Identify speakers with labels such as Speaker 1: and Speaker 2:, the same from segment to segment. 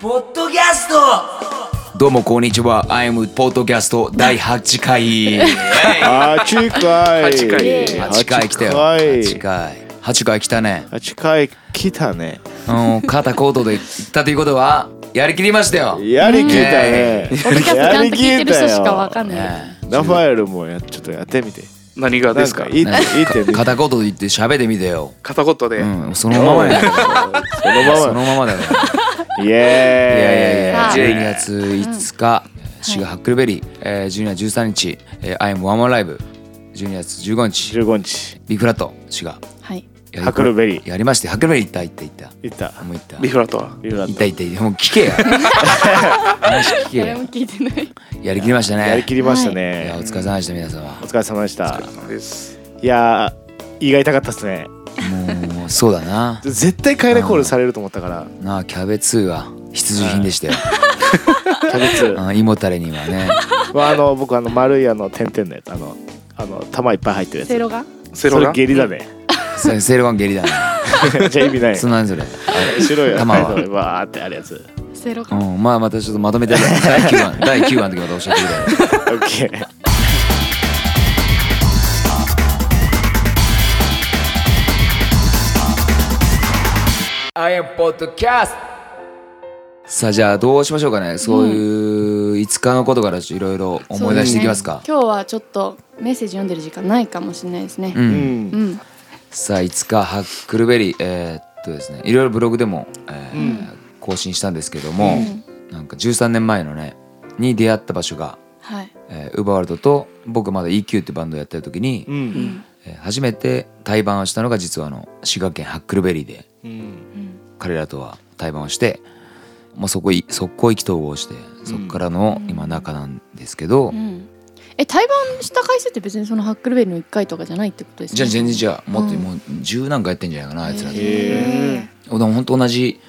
Speaker 1: ポッドキャスト
Speaker 2: どうもこんにちは I'm ポッドキャスト第8回
Speaker 3: 8回
Speaker 4: 8回
Speaker 2: 8回来たよ8
Speaker 3: 8回
Speaker 2: 回8回来たね
Speaker 3: 8回来たね
Speaker 2: うん肩コートで行ったということはやりきりましたよ
Speaker 3: やりきったね
Speaker 2: うん
Speaker 4: ポッドキャストちゃんと聞いてる人しかわかんない。
Speaker 2: ね
Speaker 3: ラファエルもやちょっとやってみて
Speaker 4: 何が
Speaker 3: な
Speaker 4: で
Speaker 3: ん
Speaker 4: すか
Speaker 3: いいっていいって みて
Speaker 2: 肩コートで言って喋ってみてよ
Speaker 4: 片言で、
Speaker 2: うんそのままやね
Speaker 3: その
Speaker 2: そ
Speaker 3: まま
Speaker 2: のままだね
Speaker 3: イ
Speaker 2: いやい
Speaker 3: エ
Speaker 2: やい
Speaker 4: さあ
Speaker 2: や12月5日シガハックルベリーえー12月13日えー I'm ワンマンライブ12月15
Speaker 3: ーイ
Speaker 2: 日
Speaker 3: 15日
Speaker 2: ビフラットシガ
Speaker 4: はい、
Speaker 2: やり
Speaker 3: ハクルベリー
Speaker 2: やりましてハックルベリー行った行った行った
Speaker 3: いた
Speaker 2: もう行った
Speaker 4: ビフラットは。
Speaker 3: いた
Speaker 2: 痛い痛いもう聞け や話聞け
Speaker 4: 誰
Speaker 2: や
Speaker 4: も聞いてない。
Speaker 2: やりきりましたね
Speaker 3: やりきりました
Speaker 2: い
Speaker 3: ね
Speaker 2: やお疲れ様でした皆様
Speaker 3: お疲れ様でした
Speaker 4: です。
Speaker 3: いやー胃が痛かったっすね
Speaker 2: もうそうだな
Speaker 3: 絶対帰れコールされると思ったから
Speaker 2: なあキャベツは必需品でしたよ
Speaker 3: キャベツ
Speaker 2: うん胃もたれにはね
Speaker 3: まああの僕あの丸いあの点々のやつあのあの玉いっぱい入ってる
Speaker 4: セ
Speaker 3: や
Speaker 4: ロが。
Speaker 3: つ
Speaker 4: セロ
Speaker 3: それ
Speaker 4: が。
Speaker 3: 下 痢だね
Speaker 2: それセールワン下痢だな
Speaker 3: じゃあ意味ない
Speaker 2: そんなんそれ
Speaker 3: 白いやつ
Speaker 2: 玉は
Speaker 3: はいわーってあるやつ
Speaker 4: セロ
Speaker 2: う
Speaker 4: が。
Speaker 2: んまあまたちょっとまとめて第9話 第9話の時また教えてくれ
Speaker 3: オッケー
Speaker 2: アイアンポッドキャストさあじゃあどうしましょうかねそういう5日のことからいろいろ思い出していきますか
Speaker 4: そうでね今日はちょっとメッセージ読んでる時間ないかもしれないですね。
Speaker 2: う
Speaker 3: うんん
Speaker 4: うん。
Speaker 2: さあいつかハックルベリーえーっとですねいろいろブログでも、えー更新したんですけども、なんか13年前のねに出会った場所が、
Speaker 4: はい。
Speaker 2: えーウーバーワールドと僕まだ EQ ってバンドをやってる時に、
Speaker 3: うん
Speaker 2: えー初めて対バンをしたのが実はあの滋賀県ハックルベリーで
Speaker 3: うん
Speaker 2: 彼らとは対バンをして、まあ、そこいそこ意気投合してそこからの今仲なんですけど、
Speaker 4: うん。え、対バンした回数って別にそのハックルベリーの一回とかじゃないってことですね。
Speaker 2: じゃあ全然じ
Speaker 4: ゃ。
Speaker 2: ゃあもっと、
Speaker 4: うん
Speaker 2: もう10何回やってんじゃないかなあいつらで。
Speaker 4: へ
Speaker 2: でも本当同じ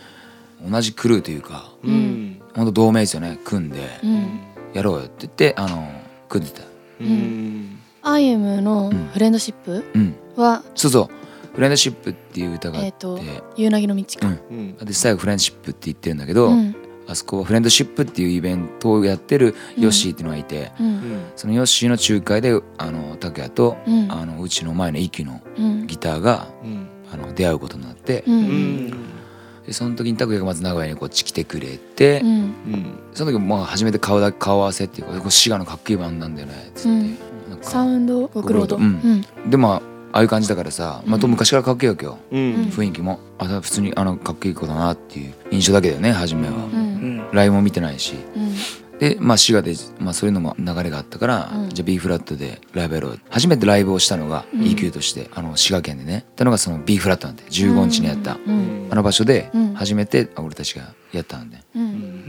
Speaker 2: 同じクルーというか
Speaker 3: うんうん
Speaker 2: 本当同盟ですよね組んで
Speaker 4: え。うん。
Speaker 2: やろうよって言ってあの組んでた
Speaker 3: うん
Speaker 4: アイエムの
Speaker 2: ん
Speaker 4: フレンドシップ
Speaker 2: うん
Speaker 4: は、
Speaker 2: そうそう「フレンドシップ」っていう歌があ
Speaker 4: えっ、
Speaker 2: って、
Speaker 4: と、夕凪の道か。
Speaker 3: うん
Speaker 2: で最後「フレンドシップ」って言ってるんだけど、
Speaker 4: うん。
Speaker 2: あそこは「フレンドシップ」っていうイベントをやってるヨッシーっていうのがいて、
Speaker 4: うん。
Speaker 2: そのヨッシーの仲介であの拓也と、
Speaker 4: うん
Speaker 2: あのうちの前の息の
Speaker 4: うん。
Speaker 2: ギターが
Speaker 3: うん
Speaker 2: あの出会うことになって、
Speaker 4: う。
Speaker 3: うんん
Speaker 2: でその時に拓也がまず名古屋にこっち来てくれて、
Speaker 4: うん。
Speaker 3: うん
Speaker 2: その時もまあ初めて顔だ顔合わせっていうか「これ滋賀のかっこいいバンドなんだよね」っつって、
Speaker 4: うん
Speaker 2: なんか
Speaker 4: サウンドご苦労と。
Speaker 2: ご苦労と
Speaker 4: うん。
Speaker 2: でまあああいう感じだからさ、まあ、と昔からかっけえわけよ
Speaker 3: うん
Speaker 2: 雰囲気もあ普通にあのかっこいい子だなっていう印象だけだよね初めは、
Speaker 4: う。
Speaker 3: うんん
Speaker 2: ライブも見てないし
Speaker 4: うん。
Speaker 2: でまあ滋賀で、まあ、そういうのも流れがあったから、
Speaker 4: うん
Speaker 2: じゃあ B フラットでライブやろう初めてライブをしたのが
Speaker 4: うん
Speaker 2: EQ として、あの滋賀県でねたのがその B フラットなんで15日にやった、
Speaker 4: うん。
Speaker 2: あの場所で
Speaker 4: うん
Speaker 2: 初めてあ俺たちがやったんで
Speaker 4: うん。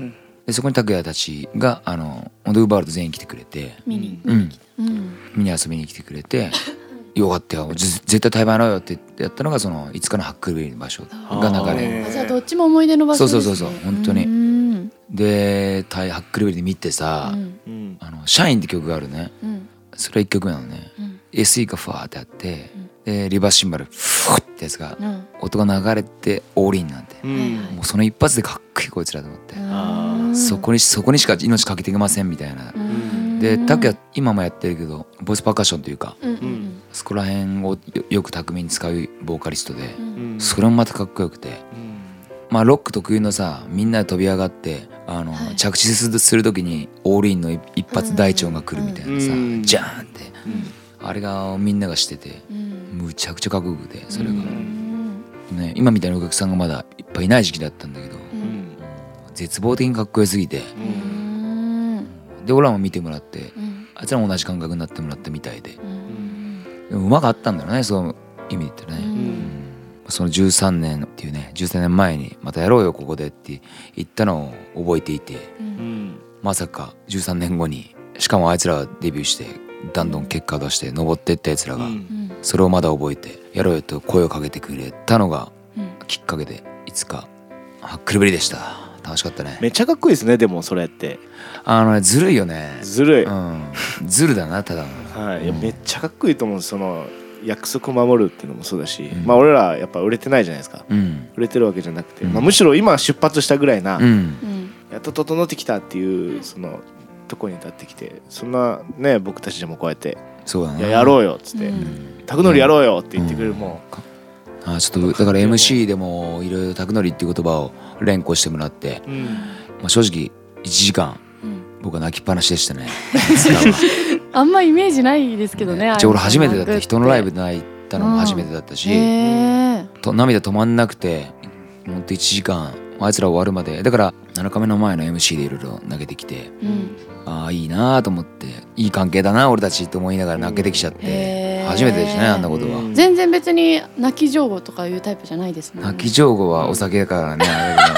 Speaker 2: でそこに拓也たちがあのほんとウーバールド全員来てくれて、
Speaker 4: 見に。
Speaker 2: うん、
Speaker 4: うん。
Speaker 2: 見に遊びに来てくれて よかったよぜ絶対対バンやろうよってやったのがその5日のハックルベリーの場所が流れ
Speaker 3: へー
Speaker 4: あじゃあどっちも思い出の場所です、ね。
Speaker 2: そうそうそうそう本当に
Speaker 4: うん。
Speaker 2: で「タイハックルベリー」で見て
Speaker 4: う
Speaker 2: さ
Speaker 4: ん
Speaker 2: 「
Speaker 3: うん
Speaker 2: あのシャイン」って曲があるね
Speaker 4: うん。
Speaker 2: それ1曲目なのね
Speaker 4: うん。
Speaker 2: SE がファーってあってでリバーシンバルフーってやつが
Speaker 4: うん。
Speaker 2: 音が流れてオーリンなんて
Speaker 3: うん
Speaker 2: もうその一発でかっこいいこいつらと思って
Speaker 3: あー
Speaker 4: うん
Speaker 2: そ。こにそこにしか命かけていけませんみたいな
Speaker 4: うん
Speaker 2: で拓也。今もやってるけどボイスパーカッションというか
Speaker 4: うんうん
Speaker 2: そこら辺をよよく巧みに使うボーカリストで
Speaker 4: うん。うん。
Speaker 3: うん
Speaker 2: それもまたかっこよくてまあ、ロック特有のさみんなで飛び上がってあの、
Speaker 4: はい
Speaker 2: 着地するする時にオールインの一一発大腸が来るみたいなさ、
Speaker 3: うん
Speaker 2: ジャーンって、あれがみんながしてて
Speaker 4: うん。
Speaker 2: むちゃくちゃかっこよくてそれが、
Speaker 4: うん。
Speaker 2: ね、今みたいなお客さんがまだいっぱいいない時期だったんだけど、
Speaker 4: うん。
Speaker 2: 絶望的にかっこよすぎて
Speaker 4: うん。
Speaker 2: で俺らも見てもらって
Speaker 4: うん。
Speaker 2: あいつらも同じ感覚になってもらったみたいででもうまかったんだろうねそういう意味で言ったらね。その13年っていうね13年前にまたやろうよここでって言ったのを覚えていてまさか13年後にしかもあいつらはデビューしてどんどん結果を出して登ってったやつらが、それをまだ覚えてやろうよと声をかけてくれたのがきっかけでいつかハックルベリーでした楽しかったね
Speaker 3: めっちゃかっこいいですねでもそれって
Speaker 2: あのねずるいよね
Speaker 3: ずるい
Speaker 2: うんずるだなただの
Speaker 3: はいいやめっちゃかっこいいと思うその約束守るっていうのもそうだし、
Speaker 2: うん
Speaker 3: まあ俺らやっぱ売れてないじゃないですか
Speaker 2: うん
Speaker 3: 売れてるわけじゃなくて、
Speaker 2: うん
Speaker 3: まあ、むしろ今出発したぐらいな、
Speaker 2: うん
Speaker 4: うん
Speaker 3: やっと整ってきたっていうそのとこに立ってきてそんなね僕たちでもこうやって
Speaker 2: そうだ
Speaker 3: 「
Speaker 2: ない
Speaker 3: ややろうよ」っつっ
Speaker 4: う
Speaker 3: て
Speaker 4: ん
Speaker 3: 「タクノリやろうよ」って言ってくれるも
Speaker 2: あちょっとだから MC でもいろいろ「たくのり」っていう言葉を連呼してもらって、
Speaker 3: ん、うん
Speaker 2: まあ、正直1時間
Speaker 4: うん
Speaker 2: 僕は泣きっぱなしでしたね
Speaker 4: あんまイメージないです けど ね。
Speaker 2: 一応俺初めてだっ
Speaker 4: ああい
Speaker 2: て
Speaker 4: う
Speaker 2: 人のライブで泣いたのも初めてだったし、
Speaker 4: へえ。
Speaker 2: と涙止まんなくてほんと1時間あいつら終わるまでだから7日目の前の MC でいろいろ投げてきて
Speaker 4: うん。
Speaker 2: ああいいなーと思っていい関係だな俺たちと思いながら泣けてきちゃっ
Speaker 4: うんへ
Speaker 2: て
Speaker 4: ー
Speaker 2: 初めてでしたねあんなことは。
Speaker 3: うん
Speaker 4: 全然別に泣き上戸とかいうタイプじゃないですもんね。
Speaker 2: 泣き上戸はお酒だからねあ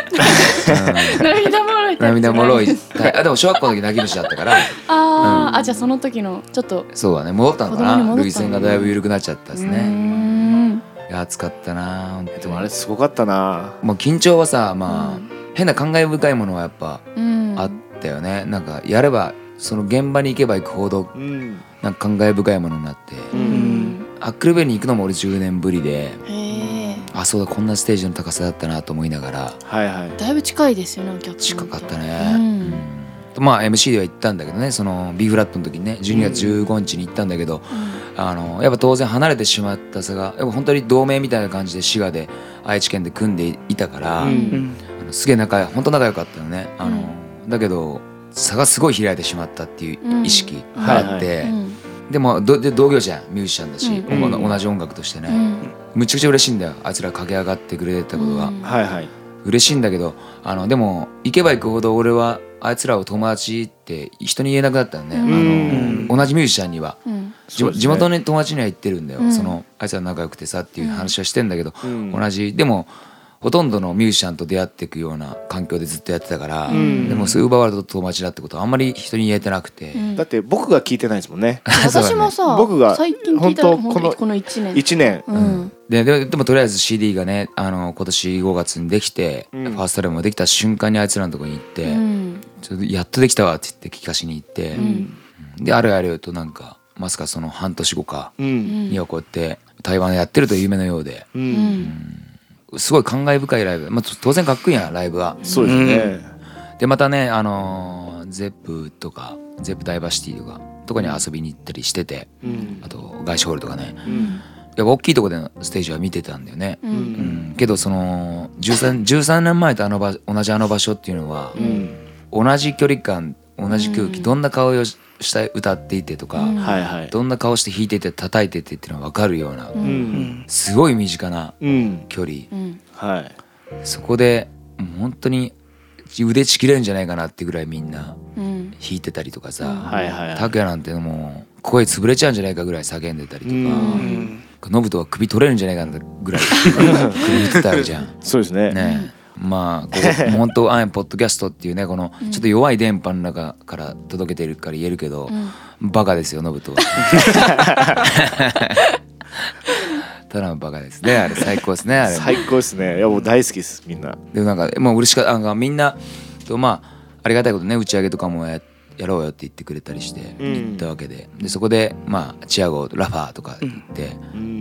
Speaker 2: れだけど、うん
Speaker 4: 涙もろいタイプじゃない。
Speaker 2: 涙もろいタイプあでも小学校の時泣き虫だったから
Speaker 4: あ
Speaker 2: うん
Speaker 4: あ、あじゃあその時のちょっと。
Speaker 2: そうだね戻ったのか
Speaker 4: 子供に
Speaker 2: な
Speaker 4: 戻った
Speaker 2: 涙腺がだいぶ緩くなっちゃったです
Speaker 4: うー
Speaker 2: ね
Speaker 4: ん
Speaker 2: いや暑かったな本
Speaker 3: で
Speaker 2: 当
Speaker 3: も
Speaker 2: に
Speaker 3: あれすごかったな
Speaker 2: もう緊張はさまあ、
Speaker 4: うん
Speaker 2: 変な感慨深いものはやっぱ
Speaker 4: うん。
Speaker 2: あったよね、なんかやればその現場に行けば行くほど
Speaker 3: うん
Speaker 2: なんか感慨深いものになって
Speaker 4: う
Speaker 3: うん
Speaker 4: ん。
Speaker 2: アックルベリーに行くのも俺10年ぶりで
Speaker 4: へえ。
Speaker 2: あそうだこんなステージの高さだったなと思いながら
Speaker 3: はいはい
Speaker 4: だいぶ近いですよね、お客さんと。
Speaker 2: 近かったね、
Speaker 4: うん
Speaker 2: うんまあ MC では行ったんだけどねその B フラットの時にね12月15日に行ったんだけど、あのやっぱ当然離れてしまった差がやっぱ本当に同盟みたいな感じで滋賀で愛知県で組んでいたから、
Speaker 4: うん
Speaker 2: あのすげえ仲本当仲良かったのねあの、
Speaker 4: う
Speaker 2: だけど差がすごい開いてしまったっていう意識があって、
Speaker 4: うん。うん
Speaker 2: でもどで同業者ミュージシャンだし、
Speaker 4: うん
Speaker 2: お同じ音楽として
Speaker 4: う
Speaker 2: ね、
Speaker 4: ん。
Speaker 2: むちゃくちゃ嬉しいんだよあいつら駆け上がってくれたことが、
Speaker 4: うん
Speaker 3: はいはい
Speaker 2: 嬉しいんだけどあのでも行けば行くほど俺はあいつらを友達って人に言えなくなったのね、
Speaker 4: う
Speaker 3: う
Speaker 4: ん
Speaker 3: ん
Speaker 2: あの同じミュージシャンには。
Speaker 4: うん。
Speaker 2: 地
Speaker 3: そうですね
Speaker 2: 地元の友達には言ってるんだよ、
Speaker 4: うん
Speaker 2: そのあいつら仲良くてさっていう話はしてんだけど、
Speaker 3: うん
Speaker 2: 同じでもほとんどのミュージシャンと出会っていくような環境でずっとやってたから、
Speaker 3: ん
Speaker 2: でもそういう奪われた友達だってことはあんまり人に言えてなくて、
Speaker 4: うん
Speaker 3: だって僕が聞いてないですもん ね
Speaker 2: そうだね
Speaker 4: 私もさ、
Speaker 3: 僕が
Speaker 4: 最近聞いた
Speaker 3: 本当
Speaker 4: の本当に
Speaker 3: こ
Speaker 4: この一年。
Speaker 3: 1年
Speaker 4: うん。
Speaker 2: でででもとりあえず CD がねあの今年5月にできて、
Speaker 3: うん
Speaker 2: ファーストライブもできた瞬間にあいつらのとこに行って、
Speaker 4: うん。
Speaker 2: ちょっとやっとできたわって言って聞かしに行って、
Speaker 4: うん
Speaker 2: であれあれよとなんかまさかその半年後か
Speaker 3: う
Speaker 4: うん
Speaker 2: に
Speaker 4: ん。
Speaker 2: はこうやって台湾でやってるという夢のようで
Speaker 3: う
Speaker 4: うんん。
Speaker 2: すごい感慨深いライブ、まあ、当然かっこいいやんライブは。
Speaker 3: そうですね
Speaker 2: でまたねあのーゼップとかゼップダイバーシティとかとかに遊びに行ったりしてて
Speaker 3: うん
Speaker 2: あと外資ホールとかね
Speaker 3: うん
Speaker 2: やっぱ大きいとこでのステージは見てたんだよね。
Speaker 4: う。
Speaker 3: うん
Speaker 2: うん、けどその 13, 13年前とあの場同じあの場所っていうのは
Speaker 3: うん
Speaker 2: 同じ距離感同じ空気、
Speaker 4: うん
Speaker 2: どんな顔をした歌っていてとか、
Speaker 4: うん
Speaker 3: はいはい
Speaker 2: どんな顔して弾いてて叩いててっていうのが分かるような、
Speaker 4: う。
Speaker 3: うんん
Speaker 2: すごい身近な
Speaker 3: うん
Speaker 2: 距離
Speaker 4: うん。
Speaker 3: はい
Speaker 2: そこでもう本当に腕ちぎれるんじゃないかなってぐらいみんな
Speaker 4: うん。
Speaker 2: 弾いてたりとかさ、
Speaker 3: はいはいはい
Speaker 2: 拓也なんてもう声潰れちゃうんじゃないかぐらい叫んでたりと
Speaker 3: うん
Speaker 2: かノブとは首取れるんじゃないかなぐ らい首打ってたわけじゃん。
Speaker 3: そうですね
Speaker 2: ねまあここもう本当アイアンポッドキャストっていうねこのちょっと弱い電波の中から届けてるから言えるけど、バカですよノブとは。 ただのバカですねあれ最高ですねあれ
Speaker 3: 最高ですねいやもう大好きですみんな
Speaker 2: でもなんかまあ嬉しかったなんかみんなとまあありがたいことね打ち上げとかもややろうよって言ってくれたりして
Speaker 3: うん
Speaker 2: 行ったわけで,、でそこでまあチアゴラファーとか行って、
Speaker 3: うん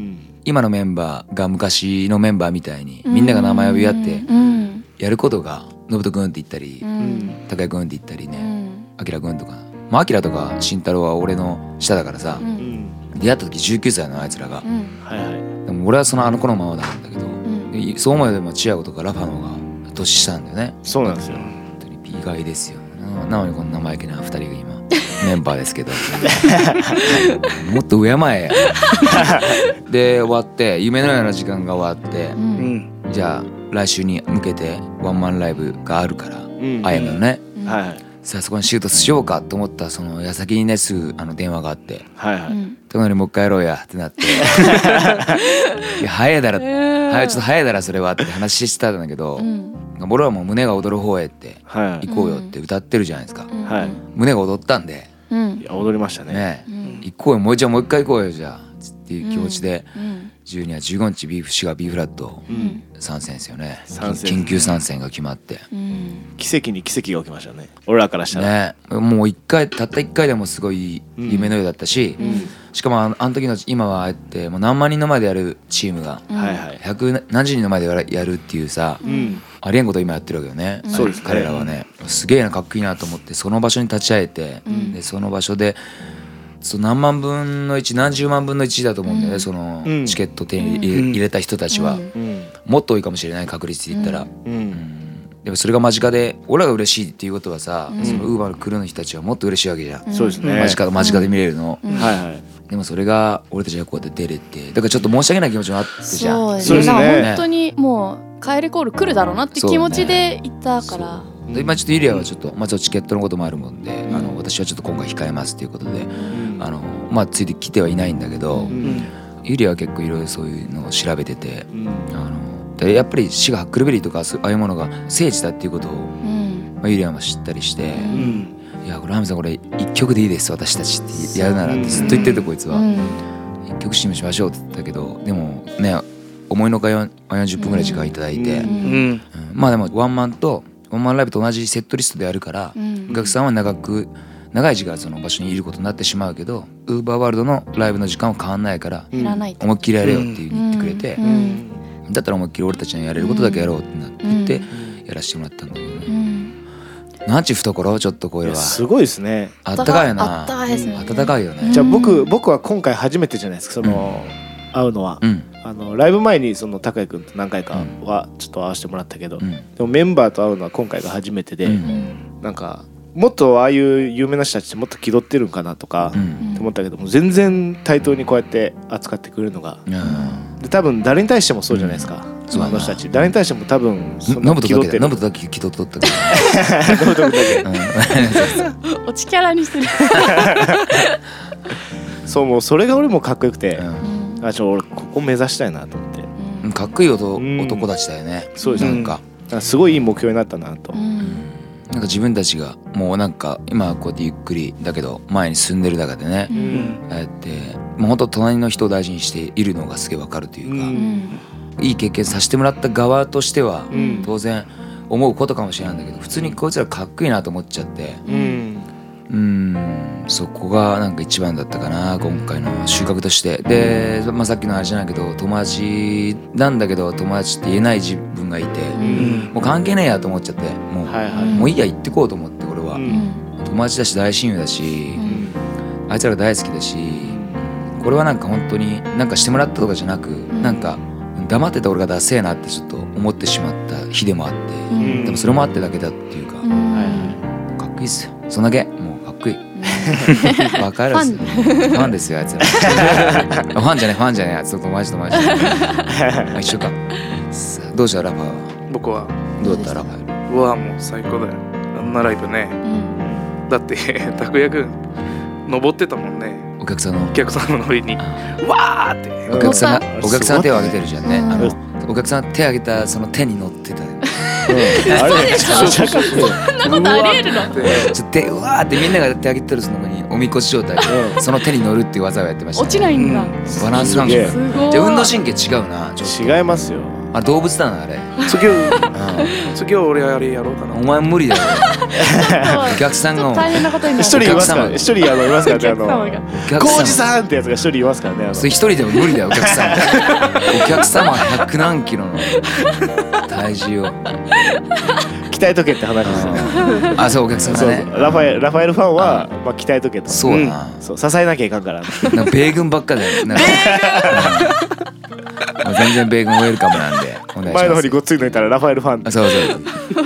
Speaker 2: 今のメンバーが昔のメンバーみたいにみんなが名前を呼び合って
Speaker 4: うん。
Speaker 2: やることが「ノブとくん」って言ったり
Speaker 4: う。
Speaker 3: うん
Speaker 2: 「高谷くん」って言ったり
Speaker 4: う
Speaker 2: ね
Speaker 4: ん。
Speaker 2: 「あきらくん」とか。まあ、アキラとか慎太郎は俺の下だからさ、
Speaker 4: う。
Speaker 3: うんん
Speaker 2: 出会った時19歳のあいつらが
Speaker 4: う、ん。
Speaker 3: はいはい
Speaker 2: でも俺はそのあの子のままなんだけど、
Speaker 4: うん。
Speaker 2: でそう思えばチアゴとかラファの方が年下なんだよね
Speaker 3: そうなんですよ
Speaker 2: 本当に意外ですよななのにこんな生意気な2人が今 メンバーですけどもっと上前や で終わって夢のような時間が終わって
Speaker 4: うん。うん。
Speaker 2: じゃあ来週に向けてワンマンライブがあるから、
Speaker 3: ん
Speaker 2: あやむのね
Speaker 3: はいはい
Speaker 2: さあそこにシュートしようかと思ったその矢先にねすぐあの電話があって
Speaker 3: はいはい
Speaker 4: うん。
Speaker 2: 「とかにもう一回やろうや」ってなって「いや早いだろ」はい、ちょっと早いだろそれはって話してたんだけど、
Speaker 4: うん。
Speaker 2: 俺はもう胸が躍る方へって
Speaker 3: は
Speaker 2: 行こうよって歌ってるじゃないですか、
Speaker 4: うん。
Speaker 3: はい
Speaker 2: 胸が踊ったんで
Speaker 4: う
Speaker 3: いい
Speaker 4: ん。
Speaker 3: や踊りましたね
Speaker 2: ね、
Speaker 4: うん。
Speaker 2: 行こうよもう一回もう一回行こうよじゃあっていう気持ちで、
Speaker 4: うん。
Speaker 2: 12月15日ビーフシガー B フラット
Speaker 3: うん
Speaker 2: 参戦ですよね
Speaker 3: 参戦
Speaker 2: 緊急参戦が決まって
Speaker 4: うん。
Speaker 3: 奇跡に奇跡が起きましたね俺らからしたら
Speaker 2: ねもう一回たった一回でもすごい夢のようだったし、
Speaker 4: ん
Speaker 2: しかもあのあの時の今はああやってもう何万人の前でやるチームが
Speaker 4: うん
Speaker 3: はいはい
Speaker 2: 100何十人の前でやらやるっていうさ、
Speaker 3: うん
Speaker 2: ありえんことを今やってるわけよね、
Speaker 4: うん
Speaker 3: そうですね
Speaker 2: 彼らはねすげえなかっこいいなと思ってその場所に立ち会えて、
Speaker 4: うん
Speaker 2: でその場所でその何万分の1何十万分の1だと思うんだよね、
Speaker 4: うん
Speaker 2: その
Speaker 3: うん
Speaker 2: チケット手に入れ,、
Speaker 3: うん
Speaker 2: 入れた人たちは、
Speaker 4: うん
Speaker 3: うん
Speaker 2: もっと多いかもしれない確率で言ったら。
Speaker 4: うん
Speaker 3: う
Speaker 2: うんんでもそれが間近で俺らが嬉しいっていうことはさ、
Speaker 4: うん
Speaker 2: そのウーバーのクルーの人たちはもっと嬉しいわけじゃん、
Speaker 3: そうですね
Speaker 2: 間近間近で見れるの、
Speaker 4: うん
Speaker 3: はいはい
Speaker 2: でもそれが俺たちがこうやって出れてだからちょっと申し訳ない気持ちもあったじゃん
Speaker 4: そう
Speaker 3: そうで
Speaker 4: で
Speaker 3: すす
Speaker 4: ね
Speaker 3: ね
Speaker 4: 本当にもう帰りコール来るだろうなって気持ちで行ったから、
Speaker 2: で今ちょっとイリアはちょっと、まあ、ちょっとチケットのこともあるもんで、
Speaker 4: ん
Speaker 2: あの私はちょっと今回控えますということで、
Speaker 3: うん
Speaker 2: あのまあついてきてはいないんだけど、
Speaker 4: う
Speaker 3: うん
Speaker 2: ユリアは結構いろいろそういうのを調べてて
Speaker 3: うん
Speaker 2: あのでやっぱり滋賀ハックルベリーとかそうああいうものが聖地だっていうことを、ま
Speaker 4: うん
Speaker 2: あ、ユリアも知ったりして
Speaker 3: う
Speaker 2: 「
Speaker 3: ん
Speaker 2: いやこれハムさんこれ一曲でいいです私たち」ってやるならってずっと言っててこいつ
Speaker 4: う
Speaker 2: は
Speaker 4: ん
Speaker 2: 「一曲締めしましょう」って言ったけどでもね思いのほかよん40分ぐらい時間いただいて、
Speaker 4: うん
Speaker 3: うん
Speaker 2: うんまあでもワンマンとワンマンライブと同じセットリストでやるから、
Speaker 4: うん
Speaker 2: お客さんは長く長い時間その場所にいることになってしまうけどウーバーワールドのライブの時間は変わんないから
Speaker 4: いらないって
Speaker 2: 思いっきりやれよっていう風に言ってくれて
Speaker 4: う、ん
Speaker 2: だったら思いっきり俺たちのやれることだけやろうってなって言って
Speaker 3: うん
Speaker 2: やらせてもらったんだけど
Speaker 4: う
Speaker 2: ね、
Speaker 4: ん
Speaker 2: なんちゅう懐ちょっとこ
Speaker 3: い
Speaker 2: れ
Speaker 3: や
Speaker 2: は
Speaker 3: すごいですね
Speaker 2: あったかいよ
Speaker 4: あっ
Speaker 2: な
Speaker 4: たかいですね
Speaker 2: 暖かいよね
Speaker 3: じゃあ
Speaker 4: う
Speaker 3: 僕
Speaker 4: ん
Speaker 3: 僕は今回初めてじゃないですかその会うのは
Speaker 2: うん
Speaker 3: あのライブ前にその高谷君と何回かはちょっと会わせてもらったけど
Speaker 2: うん
Speaker 3: でもメンバーと会うのは今回が初めて
Speaker 2: う
Speaker 3: で
Speaker 2: ん
Speaker 3: なんかもっとああいう有名な人たちってもっと気取ってるんかなとか
Speaker 2: うん
Speaker 3: って思ったけども全然対等にこうやって扱ってくれるのが
Speaker 2: うん
Speaker 3: で多分誰に対してもそうじゃないですか
Speaker 2: そう
Speaker 3: あ
Speaker 2: だな
Speaker 3: の人たち誰に対しても多分そん
Speaker 2: ノ
Speaker 3: な
Speaker 2: ブ
Speaker 3: 気
Speaker 2: とだ
Speaker 3: 取っ
Speaker 2: けで
Speaker 3: てる
Speaker 2: ノブとだけ気取っとったけど、うん
Speaker 4: 落ちキャラにする、
Speaker 3: そうもうそれが俺もかっこよくて
Speaker 2: うん
Speaker 3: あちょ俺ここ目指したいなと思って
Speaker 2: うんかっこいい男,、
Speaker 3: うん
Speaker 2: 男たちだよね
Speaker 3: そうです
Speaker 2: な
Speaker 3: ね
Speaker 2: んか、
Speaker 3: なんかすごいいい目標になったなと
Speaker 4: うん
Speaker 2: なんか自分たちがもうなんか今はこうやってゆっくりだけど前に進んでる中でね、
Speaker 4: うん
Speaker 2: ああやってもう本当隣の人を大事にしているのがすげえわかるというか、
Speaker 3: うん
Speaker 2: いい経験させてもらった側としては
Speaker 3: うんうん
Speaker 2: 当然思うことかもしれないんだけど普通にこいつらかっこいいなと思っちゃって
Speaker 3: うん
Speaker 2: うんそこがなんか一番だったかな今回の収穫としてで、まあ、さっきのあれじゃないけど友達なんだけど友達って言えない自分がいて
Speaker 3: うん
Speaker 2: もう関係ねえやと思っちゃってもう,、
Speaker 3: はいはい
Speaker 4: い
Speaker 2: もういいや行ってこうと思って俺は、
Speaker 3: うん
Speaker 2: 友達だし大親友だし、
Speaker 4: うん
Speaker 2: あいつら大好きだしこれはなんか本当になんかしてもらったとかじゃなく、
Speaker 4: ん
Speaker 2: なんか黙ってた俺がダセえなってちょっと思ってしまった日でもあって、
Speaker 4: うん
Speaker 2: でもそれもあってだけだっていうか、
Speaker 3: はい
Speaker 2: かっこいいっすよそんだけもうかっ こいいバカ野郎っすよフ
Speaker 4: ファン
Speaker 2: ァンですよあいつら ファンじゃないファンじゃないあいつと友達友達あ一緒かさあどうしたラファーは
Speaker 5: 僕は
Speaker 2: どうだったラファー
Speaker 5: うわもう最高だよあんなライブね
Speaker 4: うん
Speaker 5: だって 拓也君登ってたもんね
Speaker 2: お客さんの
Speaker 5: お客さんのノリに
Speaker 2: あ
Speaker 5: わーって
Speaker 2: お客さんが
Speaker 3: うん
Speaker 2: お客さんが手を挙げてるじゃんね
Speaker 4: うん
Speaker 2: あのお客さんが手を挙げたその手に乗ってた
Speaker 3: あれめちゃくちゃかっこいい
Speaker 5: そんなことありえるの
Speaker 2: ちょっと手うわーってみんなが手上げてるその子におみこし状態 でその手に乗るっていう技をやってました、
Speaker 4: 落ちないんだ、
Speaker 2: バランスなん
Speaker 3: すげえ
Speaker 2: です
Speaker 4: ごい
Speaker 2: じゃあ運動神経違うなちょっ
Speaker 3: 違いますよ
Speaker 2: とあ動物だなあれ、
Speaker 5: 次は
Speaker 2: う
Speaker 5: 次は俺あれやろうか
Speaker 2: ん、お
Speaker 5: な
Speaker 2: 前無理だよお
Speaker 4: ちょっ
Speaker 2: 客さんが
Speaker 4: と
Speaker 2: お
Speaker 4: 大変なことになる
Speaker 3: 一人いますか
Speaker 2: お客
Speaker 3: ら
Speaker 2: 様
Speaker 3: 一人あのいますからねあ
Speaker 4: お客
Speaker 3: の
Speaker 4: 様が
Speaker 2: 客
Speaker 3: 浩二
Speaker 2: 様
Speaker 3: さんってやつが一人いますからねあの
Speaker 2: それ一人でも無理だよお客 さんお客様は100何キロの体重を
Speaker 3: 鍛えとけって話ですよね
Speaker 2: あそうお客さん
Speaker 3: そう
Speaker 2: だね
Speaker 3: ラファエラファエルファンはまあ鍛えとけと
Speaker 2: そうだな
Speaker 3: うんそう支えなきゃいかんから
Speaker 2: なんか米軍ばっかだよなんか うんもう全然米軍ウェルカムなんでお願いします
Speaker 3: 前の方にごっついのいたらラファエルファン
Speaker 2: あそうそう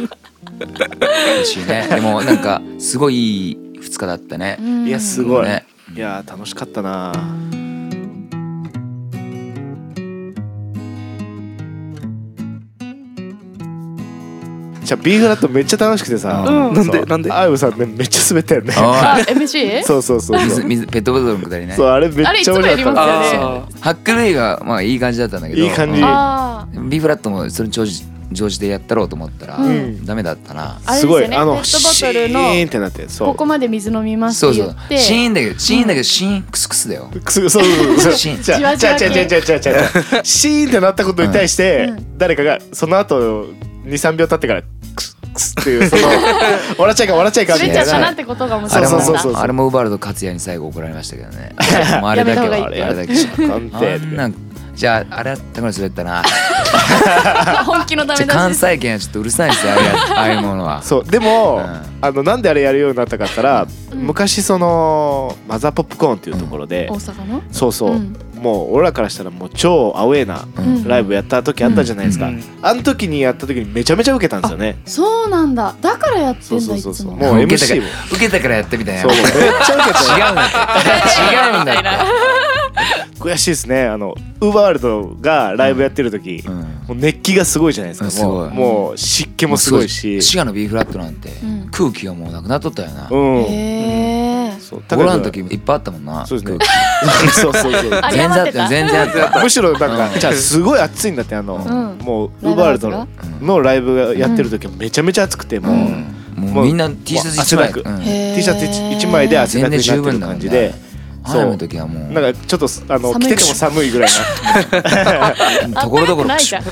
Speaker 2: 嬉しいねでもなんかすごいいい2日だったね、
Speaker 4: うん
Speaker 3: いやすごい
Speaker 2: ね
Speaker 3: いやー楽しかったなじゃあ B フラットめっちゃ楽しくてさ、
Speaker 2: うん
Speaker 3: そ
Speaker 5: な
Speaker 3: う
Speaker 5: んでなんで
Speaker 3: アイムさんねめっちゃ滑ったよね
Speaker 2: あ
Speaker 4: あ MC?
Speaker 3: そうそうそうそ
Speaker 2: 水
Speaker 3: う
Speaker 2: 水ペットボトルのくだりね
Speaker 3: そうあれめっ
Speaker 4: あれい
Speaker 3: ち
Speaker 4: つ
Speaker 3: ゃ
Speaker 4: も
Speaker 3: 面
Speaker 4: やり
Speaker 3: 白
Speaker 4: ま
Speaker 3: かっ
Speaker 4: すよね
Speaker 5: あ
Speaker 2: ハックルイがまあいい感じだったんだけど
Speaker 3: いい感じ
Speaker 2: う
Speaker 4: あー
Speaker 2: ん B フラットもそれに常時常時でやったろうと思ったら、
Speaker 4: うん
Speaker 2: ダメだったな
Speaker 3: た
Speaker 4: あれです
Speaker 3: す
Speaker 4: よ
Speaker 3: ご
Speaker 4: ね
Speaker 3: いあの
Speaker 4: ペットボトルの
Speaker 3: シーンってなってそう
Speaker 4: ここまで水飲みます
Speaker 2: そ
Speaker 4: っ
Speaker 2: う
Speaker 4: て
Speaker 2: そ
Speaker 4: 言
Speaker 2: う
Speaker 4: って
Speaker 2: シーンだけどシーンだけどシーンクスクスだよ
Speaker 3: くすそうそうそう
Speaker 2: シーン
Speaker 3: じゃあ
Speaker 4: じ
Speaker 3: じ
Speaker 4: わ
Speaker 3: ゃ
Speaker 4: じ
Speaker 3: じ
Speaker 4: わ
Speaker 3: ゃ
Speaker 4: 系
Speaker 3: じゃじゃじゃじゃシーンってなったことに対して
Speaker 4: うん
Speaker 3: 誰かがその後23秒経ってからクスクスっていうその笑っちゃいかん笑っちゃいかん
Speaker 4: ず
Speaker 3: み
Speaker 4: れち
Speaker 3: た
Speaker 4: ゃ
Speaker 3: い
Speaker 4: ったな
Speaker 3: な
Speaker 4: っ。てことが面
Speaker 2: あ
Speaker 4: 白
Speaker 2: れ
Speaker 4: か
Speaker 2: も
Speaker 4: っ
Speaker 3: そうそう
Speaker 4: た
Speaker 3: そう
Speaker 2: あれもウバルド勝也に最後怒られましたけど ねもうあれだけ
Speaker 4: やめた
Speaker 2: は
Speaker 4: 方が
Speaker 2: あ
Speaker 4: いい
Speaker 2: れ
Speaker 3: あ
Speaker 2: だ
Speaker 3: れ
Speaker 2: け
Speaker 3: だけ
Speaker 2: は
Speaker 3: 鑑
Speaker 2: あ
Speaker 3: 定
Speaker 2: んなんじゃああれやったから滑った な
Speaker 4: 本気のダ
Speaker 2: ち
Speaker 4: メ
Speaker 2: ょ関
Speaker 4: 出し
Speaker 2: 西圏はちょっとうるさいんですよあれやああいうものは
Speaker 3: そうでも、
Speaker 2: うん
Speaker 3: あのなんであれやるようになったかって言ったら昔そのマザーポップコーンっていうところで
Speaker 4: 大、阪の
Speaker 3: そうそう、
Speaker 4: うん
Speaker 3: もう俺らからしたらもう超アウェーな
Speaker 4: うん
Speaker 3: ライブやった時あったじゃないですか、
Speaker 5: うん
Speaker 3: あの時にやった時にめちゃめちゃ受けたんですよね
Speaker 4: そうなんだだからやって
Speaker 3: そうん
Speaker 4: だ
Speaker 3: そう
Speaker 4: い
Speaker 3: そうそ
Speaker 4: つ
Speaker 3: う
Speaker 4: も
Speaker 3: もう MC も
Speaker 2: 受けたからやってみたいな
Speaker 3: そうめっちゃ受けた
Speaker 2: 違うんだって違うんだっ
Speaker 3: 悔しいですねあのウバールドがライブやってる 時、
Speaker 2: て、うん
Speaker 3: もう熱気がすごいじゃないです
Speaker 2: う
Speaker 3: か
Speaker 2: んすごい
Speaker 3: もうもう湿気もすごいし
Speaker 2: 滋賀の B フラットなんて
Speaker 4: うん
Speaker 2: 空気がもうなくなっとったよな、
Speaker 3: うん
Speaker 4: へえ
Speaker 3: そう
Speaker 2: 俺らの時もいっぱいあったもんな
Speaker 3: そうですね
Speaker 2: 空
Speaker 3: そうそう そう
Speaker 4: あ
Speaker 2: 気
Speaker 4: れ
Speaker 2: 全然あった
Speaker 4: 謝ってた
Speaker 2: よ全然あった
Speaker 3: むしろなん
Speaker 2: う
Speaker 3: か
Speaker 2: ん
Speaker 3: じゃあすごい暑いんだってあの、
Speaker 4: うん
Speaker 3: もう
Speaker 4: ライ
Speaker 3: ウ
Speaker 4: ブ
Speaker 3: バー
Speaker 4: ハウ
Speaker 3: ル
Speaker 4: ス
Speaker 3: ド
Speaker 4: が
Speaker 3: ののライブがやってる時はめちゃめちゃ暑くてもう、
Speaker 2: うんも
Speaker 3: も
Speaker 2: う
Speaker 3: う
Speaker 2: みんな T シャツ一枚、
Speaker 3: もう汗だく
Speaker 2: うん
Speaker 3: T シャツ一枚で汗だくになっ
Speaker 2: 全然
Speaker 3: てる感じで
Speaker 2: 十分だもんね花火の時はもう
Speaker 3: なんかちょっとすあの
Speaker 4: 寒い
Speaker 3: 着てても寒いぐらい
Speaker 2: ところどころ
Speaker 4: ないじゃん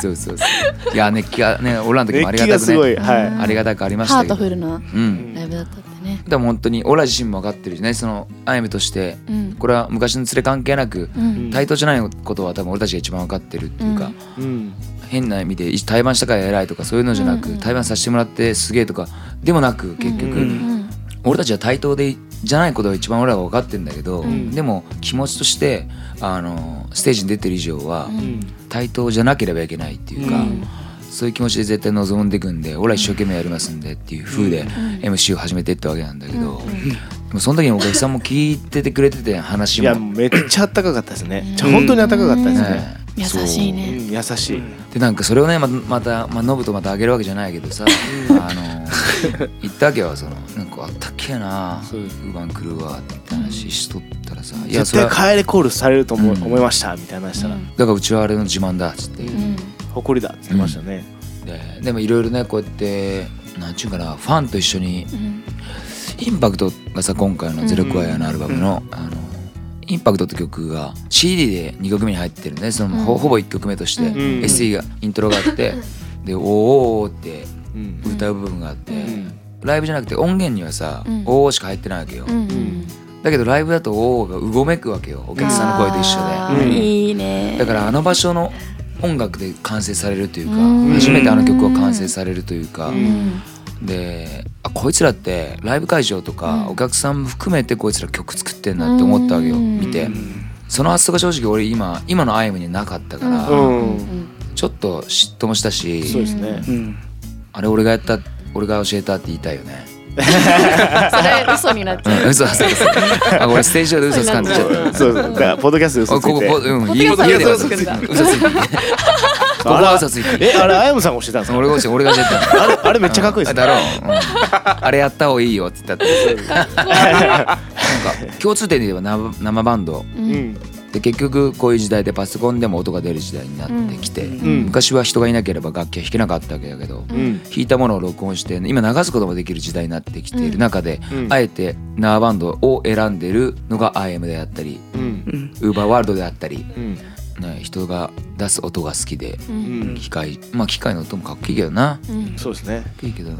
Speaker 2: そうそうそういや熱気がね俺らの時も
Speaker 3: な
Speaker 2: あ
Speaker 3: 熱
Speaker 2: りが
Speaker 3: 気が
Speaker 2: たく
Speaker 3: すごい、
Speaker 2: ね
Speaker 3: はい、
Speaker 2: ありがたくありまし
Speaker 4: ハ
Speaker 2: たけ
Speaker 4: ート
Speaker 2: ど
Speaker 4: フルな
Speaker 2: うん
Speaker 4: ライブだったってね
Speaker 2: でも本当に俺ら自身も分かってるしねそのあやめとして
Speaker 4: うん
Speaker 2: これは昔の連れ関係なく
Speaker 4: うん
Speaker 2: 対等じゃないことは多分俺たちが一番分かってるっていうか、
Speaker 4: うん
Speaker 3: うん
Speaker 2: 変な意味で対バンしたから偉いとかそういうのじゃなく、
Speaker 4: うんうん
Speaker 2: 対バンさせてもらってすげえとかでもなく結局、
Speaker 3: うんうん
Speaker 4: うん
Speaker 2: 俺たちは対等でじゃないことが一番俺らが分かってんだけど、
Speaker 4: うん
Speaker 2: でも気持ちとしてあのステージに出てる以上は
Speaker 4: うん
Speaker 2: 対等じゃなければいけないっていうか、
Speaker 4: うん
Speaker 2: そういう気持ちで絶対望んでいくんで俺ら一生懸命やりますんでっていう風で MC を始めていったわけなんだけど、
Speaker 4: うんうん
Speaker 2: でもその時にお客さんも聞いててくれてて話
Speaker 3: い
Speaker 2: も
Speaker 3: やめっちゃ暖かかったですね、
Speaker 4: うん
Speaker 3: 本当に暖かかったですね、
Speaker 2: ね
Speaker 4: 優しい
Speaker 3: うん
Speaker 4: ね
Speaker 3: 優しい、
Speaker 2: でなんかそれをねままた、まあ、ノブとまたあげるわけじゃないけどさあの言ったわけはそのなんかあったっけやな
Speaker 3: そうです
Speaker 2: ウーバン来るわって話しとったらさ「いや
Speaker 3: 絶
Speaker 2: それ
Speaker 3: 対
Speaker 2: は
Speaker 3: 帰れコールされると思,、
Speaker 2: うん
Speaker 3: 思いましたみたいな話したら、
Speaker 4: うん
Speaker 2: だからうちはあれの自慢だ」っつって
Speaker 3: う
Speaker 4: うんん
Speaker 3: 誇りだって言ってましたね、
Speaker 2: ででもいろいろねこうやってなんちゅうかなファンと一緒に
Speaker 4: うん
Speaker 2: インパクトがさ今回の「ゼロコアやのアルバムの,、あの「インパクト」って曲が CD で2曲目に入ってるねその、
Speaker 4: う
Speaker 2: ほ
Speaker 4: ん
Speaker 2: ほぼ1曲目として、
Speaker 4: うん
Speaker 2: SE がイントロがあってで「おーおーおー」って
Speaker 3: うん
Speaker 2: 歌う部分があって。
Speaker 4: うん
Speaker 2: ライブじゃなくて音源にはさ
Speaker 4: うん
Speaker 2: 「おお」しか入ってないわけよ、
Speaker 4: うん
Speaker 3: ん
Speaker 2: だけどライブだと「おお」がうごめくわけよお客さんの声と一
Speaker 4: あ
Speaker 2: 緒
Speaker 4: ー
Speaker 3: うん
Speaker 4: いいね
Speaker 2: でだからあの場所の音楽で完成されるというか
Speaker 4: うん
Speaker 2: 初めてあの曲は完成されるというか
Speaker 3: う
Speaker 4: うんん
Speaker 2: であこいつらってライブ会場と
Speaker 4: うん
Speaker 2: かお客さんも含めてこいつら曲作ってんなって思ったわけよ
Speaker 4: うん
Speaker 2: 見て
Speaker 5: うん
Speaker 2: その発想が正直俺今今のアイムになかったか
Speaker 3: う
Speaker 2: ら
Speaker 3: ん
Speaker 2: ちょっと嫉妬もした
Speaker 3: そうで
Speaker 2: し
Speaker 3: すね、
Speaker 5: うん
Speaker 2: あれ俺がやった俺が教えたって言いたいよね
Speaker 4: それ嘘になっち
Speaker 2: う
Speaker 4: ゃ
Speaker 2: ん
Speaker 4: う
Speaker 2: 嘘嘘 嘘あ俺ステージ上で嘘つかんでちゃった
Speaker 3: そうだからポッドキャストで嘘
Speaker 2: あ
Speaker 3: つい
Speaker 2: ここ
Speaker 3: て
Speaker 2: こうん
Speaker 4: 家で
Speaker 2: 家で
Speaker 4: 嘘
Speaker 2: 嘘つ
Speaker 4: つく
Speaker 2: く
Speaker 4: ん
Speaker 2: ん
Speaker 4: だ
Speaker 2: だ嘘ついてここは嘘ついて
Speaker 3: えあれあやむさんが押してたんですか
Speaker 2: 俺が教え俺が教えた
Speaker 3: あれあれめっちゃかっこいいですね
Speaker 2: だろう、うんあれやった方がいいよって言ったってなんか共通点で言えば生生バンド
Speaker 4: うん
Speaker 3: うん
Speaker 2: で結局こういう時代でパソコンでも音が出る時代になってきて、
Speaker 3: ん
Speaker 2: 昔は人がいなければ楽器は弾けなかったわけだけど、
Speaker 3: うん
Speaker 2: 弾いたものを録音して今流すこともできる時代になってきている中で、
Speaker 3: うん
Speaker 2: あえて生バンドを選んでるのが IM であったり
Speaker 3: うん
Speaker 5: うん
Speaker 2: ウーバーワールドであったり、
Speaker 3: うん
Speaker 2: ね、人が出す音が好きで
Speaker 3: うん
Speaker 2: 機械まあ機械の音もかっこいいけどな
Speaker 4: うん
Speaker 3: そうですね
Speaker 2: いいけどね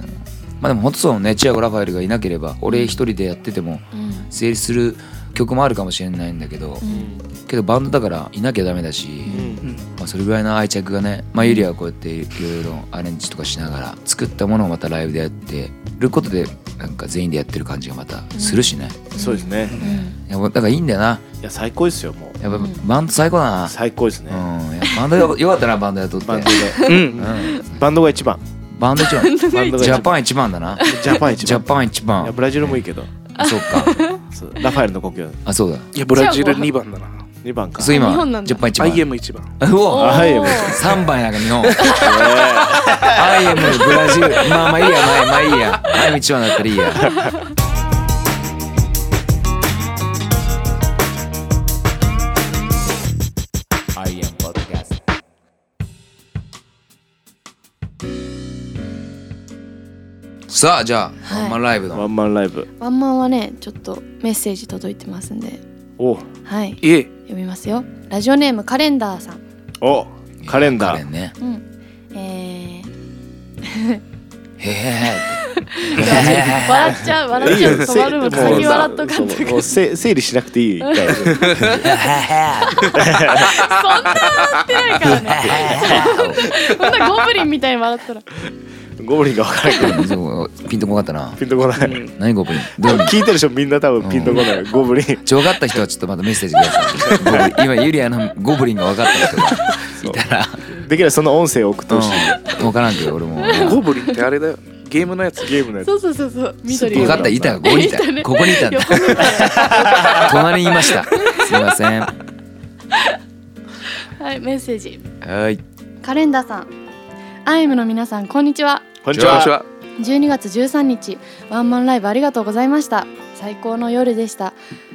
Speaker 2: まあでも本当そうねチアゴ・ラファエルがいなければ俺一人でやってても
Speaker 4: うん
Speaker 2: 成立する曲もあるかもしれないんだけど、
Speaker 4: うん
Speaker 2: けどバンドだからいなきゃダメだし、
Speaker 5: うん
Speaker 2: まあ、それぐらいの愛着がね、まあ、ユリはこうやっていろいろアレンジとかしながら作ったものをまたライブでやってることでなんか全員でやってる感じがまたするしね、
Speaker 3: そうですね
Speaker 2: いやもうだからいいんだよない
Speaker 3: や最高ですよも
Speaker 2: やっぱバンド最高だな
Speaker 3: う、最高です
Speaker 2: う
Speaker 3: ね
Speaker 2: んいやバンドよよかったなバンドやっとって
Speaker 3: バンドで
Speaker 5: う ん
Speaker 2: うん
Speaker 3: バンドが一番
Speaker 2: バンド一番
Speaker 3: バンドが
Speaker 2: ジャ
Speaker 3: 一番
Speaker 2: パン一番だな
Speaker 3: ジャパン一
Speaker 2: ジャ
Speaker 3: 番
Speaker 2: パン一
Speaker 3: いや
Speaker 2: 番
Speaker 3: ブラジルもいいけど
Speaker 2: そっか
Speaker 3: そうラファエルの故郷
Speaker 2: あそうだ
Speaker 5: いやブラジル2番だな
Speaker 3: 2番か
Speaker 2: そう
Speaker 4: 日
Speaker 2: 今
Speaker 4: 本なんだ
Speaker 2: ジャパン一番
Speaker 5: IM1 番
Speaker 2: うお
Speaker 3: あはい
Speaker 2: 三番やんか日本アイエムブラジルまあまあいいやまあまあいいやアイム一番だったらいいやアイエムポッドキャストさあじゃあ、
Speaker 4: はい
Speaker 2: ワンマンライブ
Speaker 3: ワ
Speaker 2: の
Speaker 3: ンマンライブ
Speaker 4: ワンマンはねちょっとメッセージ届いてますんで
Speaker 3: お
Speaker 4: はい
Speaker 5: いえ
Speaker 4: 読みますよラジオネームカレンダーさん
Speaker 3: おカレンダ
Speaker 2: カレ
Speaker 3: ー
Speaker 2: ンね
Speaker 4: うんえー
Speaker 2: へえ
Speaker 4: 笑っちゃう笑っちゃう止まるもん
Speaker 3: せ
Speaker 4: 先笑っとか
Speaker 3: もう
Speaker 4: んと
Speaker 3: もう
Speaker 4: か
Speaker 3: せ整理しなくていい一回
Speaker 4: そんな笑ってないからねそんなゴブリンみたいに笑ったら
Speaker 3: ゴブリンが分からんけど
Speaker 2: そうピンとこなかったな
Speaker 3: ピンとこない、
Speaker 5: うん
Speaker 2: 何ゴブリン
Speaker 3: 多
Speaker 2: どう
Speaker 3: 分聞いてる人みんな多分ピンとこない、ゴブリン
Speaker 2: 上がった人はちょっとまだメッセージくださいゴブリン今ユリアのゴブリンが分かった人がいたら
Speaker 3: できればその音声を送ってほしい、
Speaker 2: うん分からんけど俺も
Speaker 5: ゴブリンってあれだよゲームのやつ
Speaker 3: ゲームのやつ
Speaker 4: そうそうそうそう緑
Speaker 2: 分
Speaker 4: 色
Speaker 2: かったいたここにいた
Speaker 4: いたね
Speaker 2: ここにいたんだ
Speaker 4: 横見たら
Speaker 2: 隣にいましたすいませんは
Speaker 4: はいメッセージ
Speaker 2: い
Speaker 4: カレンダーさんアイムの皆さんこんにちは
Speaker 3: こんにち
Speaker 5: こんにち
Speaker 3: は
Speaker 5: は
Speaker 4: 12月13日ワンマンライブありがとうございました最高の夜でした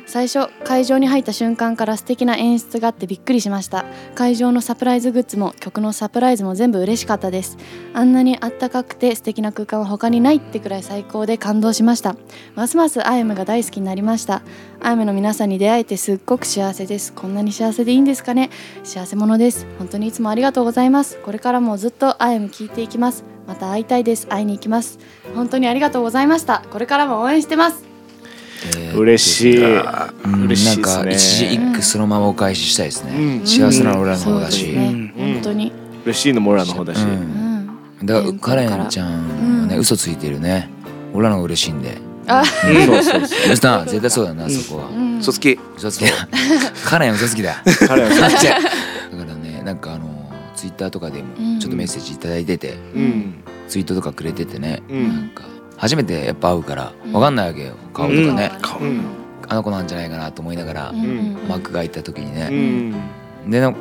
Speaker 4: 最初会場に入った瞬間から素敵な演出があってびっくりしました会場のサプライズグッズも曲のサプライズも全部嬉しかったですあんなにあったかくて素敵な空間は他にないってくらい最高で感動しましたますますアイムが大好きになりましたアイムの皆さんに出会えてすっごく幸せですこんなに幸せでいいんですかね幸せ者です本当にいつもありがとうございますこれからもずっとアイム聞いていきますまた会いたいです会いに行きます本当にありがとうございましたこれからも応援してます
Speaker 2: えー
Speaker 3: 嬉しい
Speaker 2: うん
Speaker 3: 嬉しいですね
Speaker 2: なんか一字一句そのままお返ししたいですね、
Speaker 3: うん
Speaker 2: 幸せな俺らの方だ
Speaker 4: そう
Speaker 2: し、
Speaker 4: ですね、
Speaker 3: うん
Speaker 4: 本当に、
Speaker 3: 嬉しいのもらの方だし、
Speaker 2: うん
Speaker 4: うん、
Speaker 2: だからカレンちゃんはね、
Speaker 4: うん
Speaker 2: 嘘ついてるね俺らの方が嬉しいんで
Speaker 4: あ、
Speaker 3: そうそうそ
Speaker 2: 嘘だ絶対そうだな、そこは、
Speaker 4: うん、
Speaker 5: 嘘つき
Speaker 2: 嘘つきだカレン嘘つき だ
Speaker 3: う彼は
Speaker 2: 違うだからねなんかあのツイッターとかで
Speaker 4: うん
Speaker 2: もちょっとメッセージ頂いただいてて、
Speaker 3: うん
Speaker 2: ツイートとかくれててね、
Speaker 3: う
Speaker 2: なんんか初めてやっぱ会うから分かんないわけよ顔とかね、
Speaker 5: 顔
Speaker 3: うん
Speaker 2: あの子なんじゃないかなと思いながら、
Speaker 3: ん
Speaker 2: 幕が開いた時に
Speaker 3: う
Speaker 2: ね、
Speaker 3: ん
Speaker 2: でな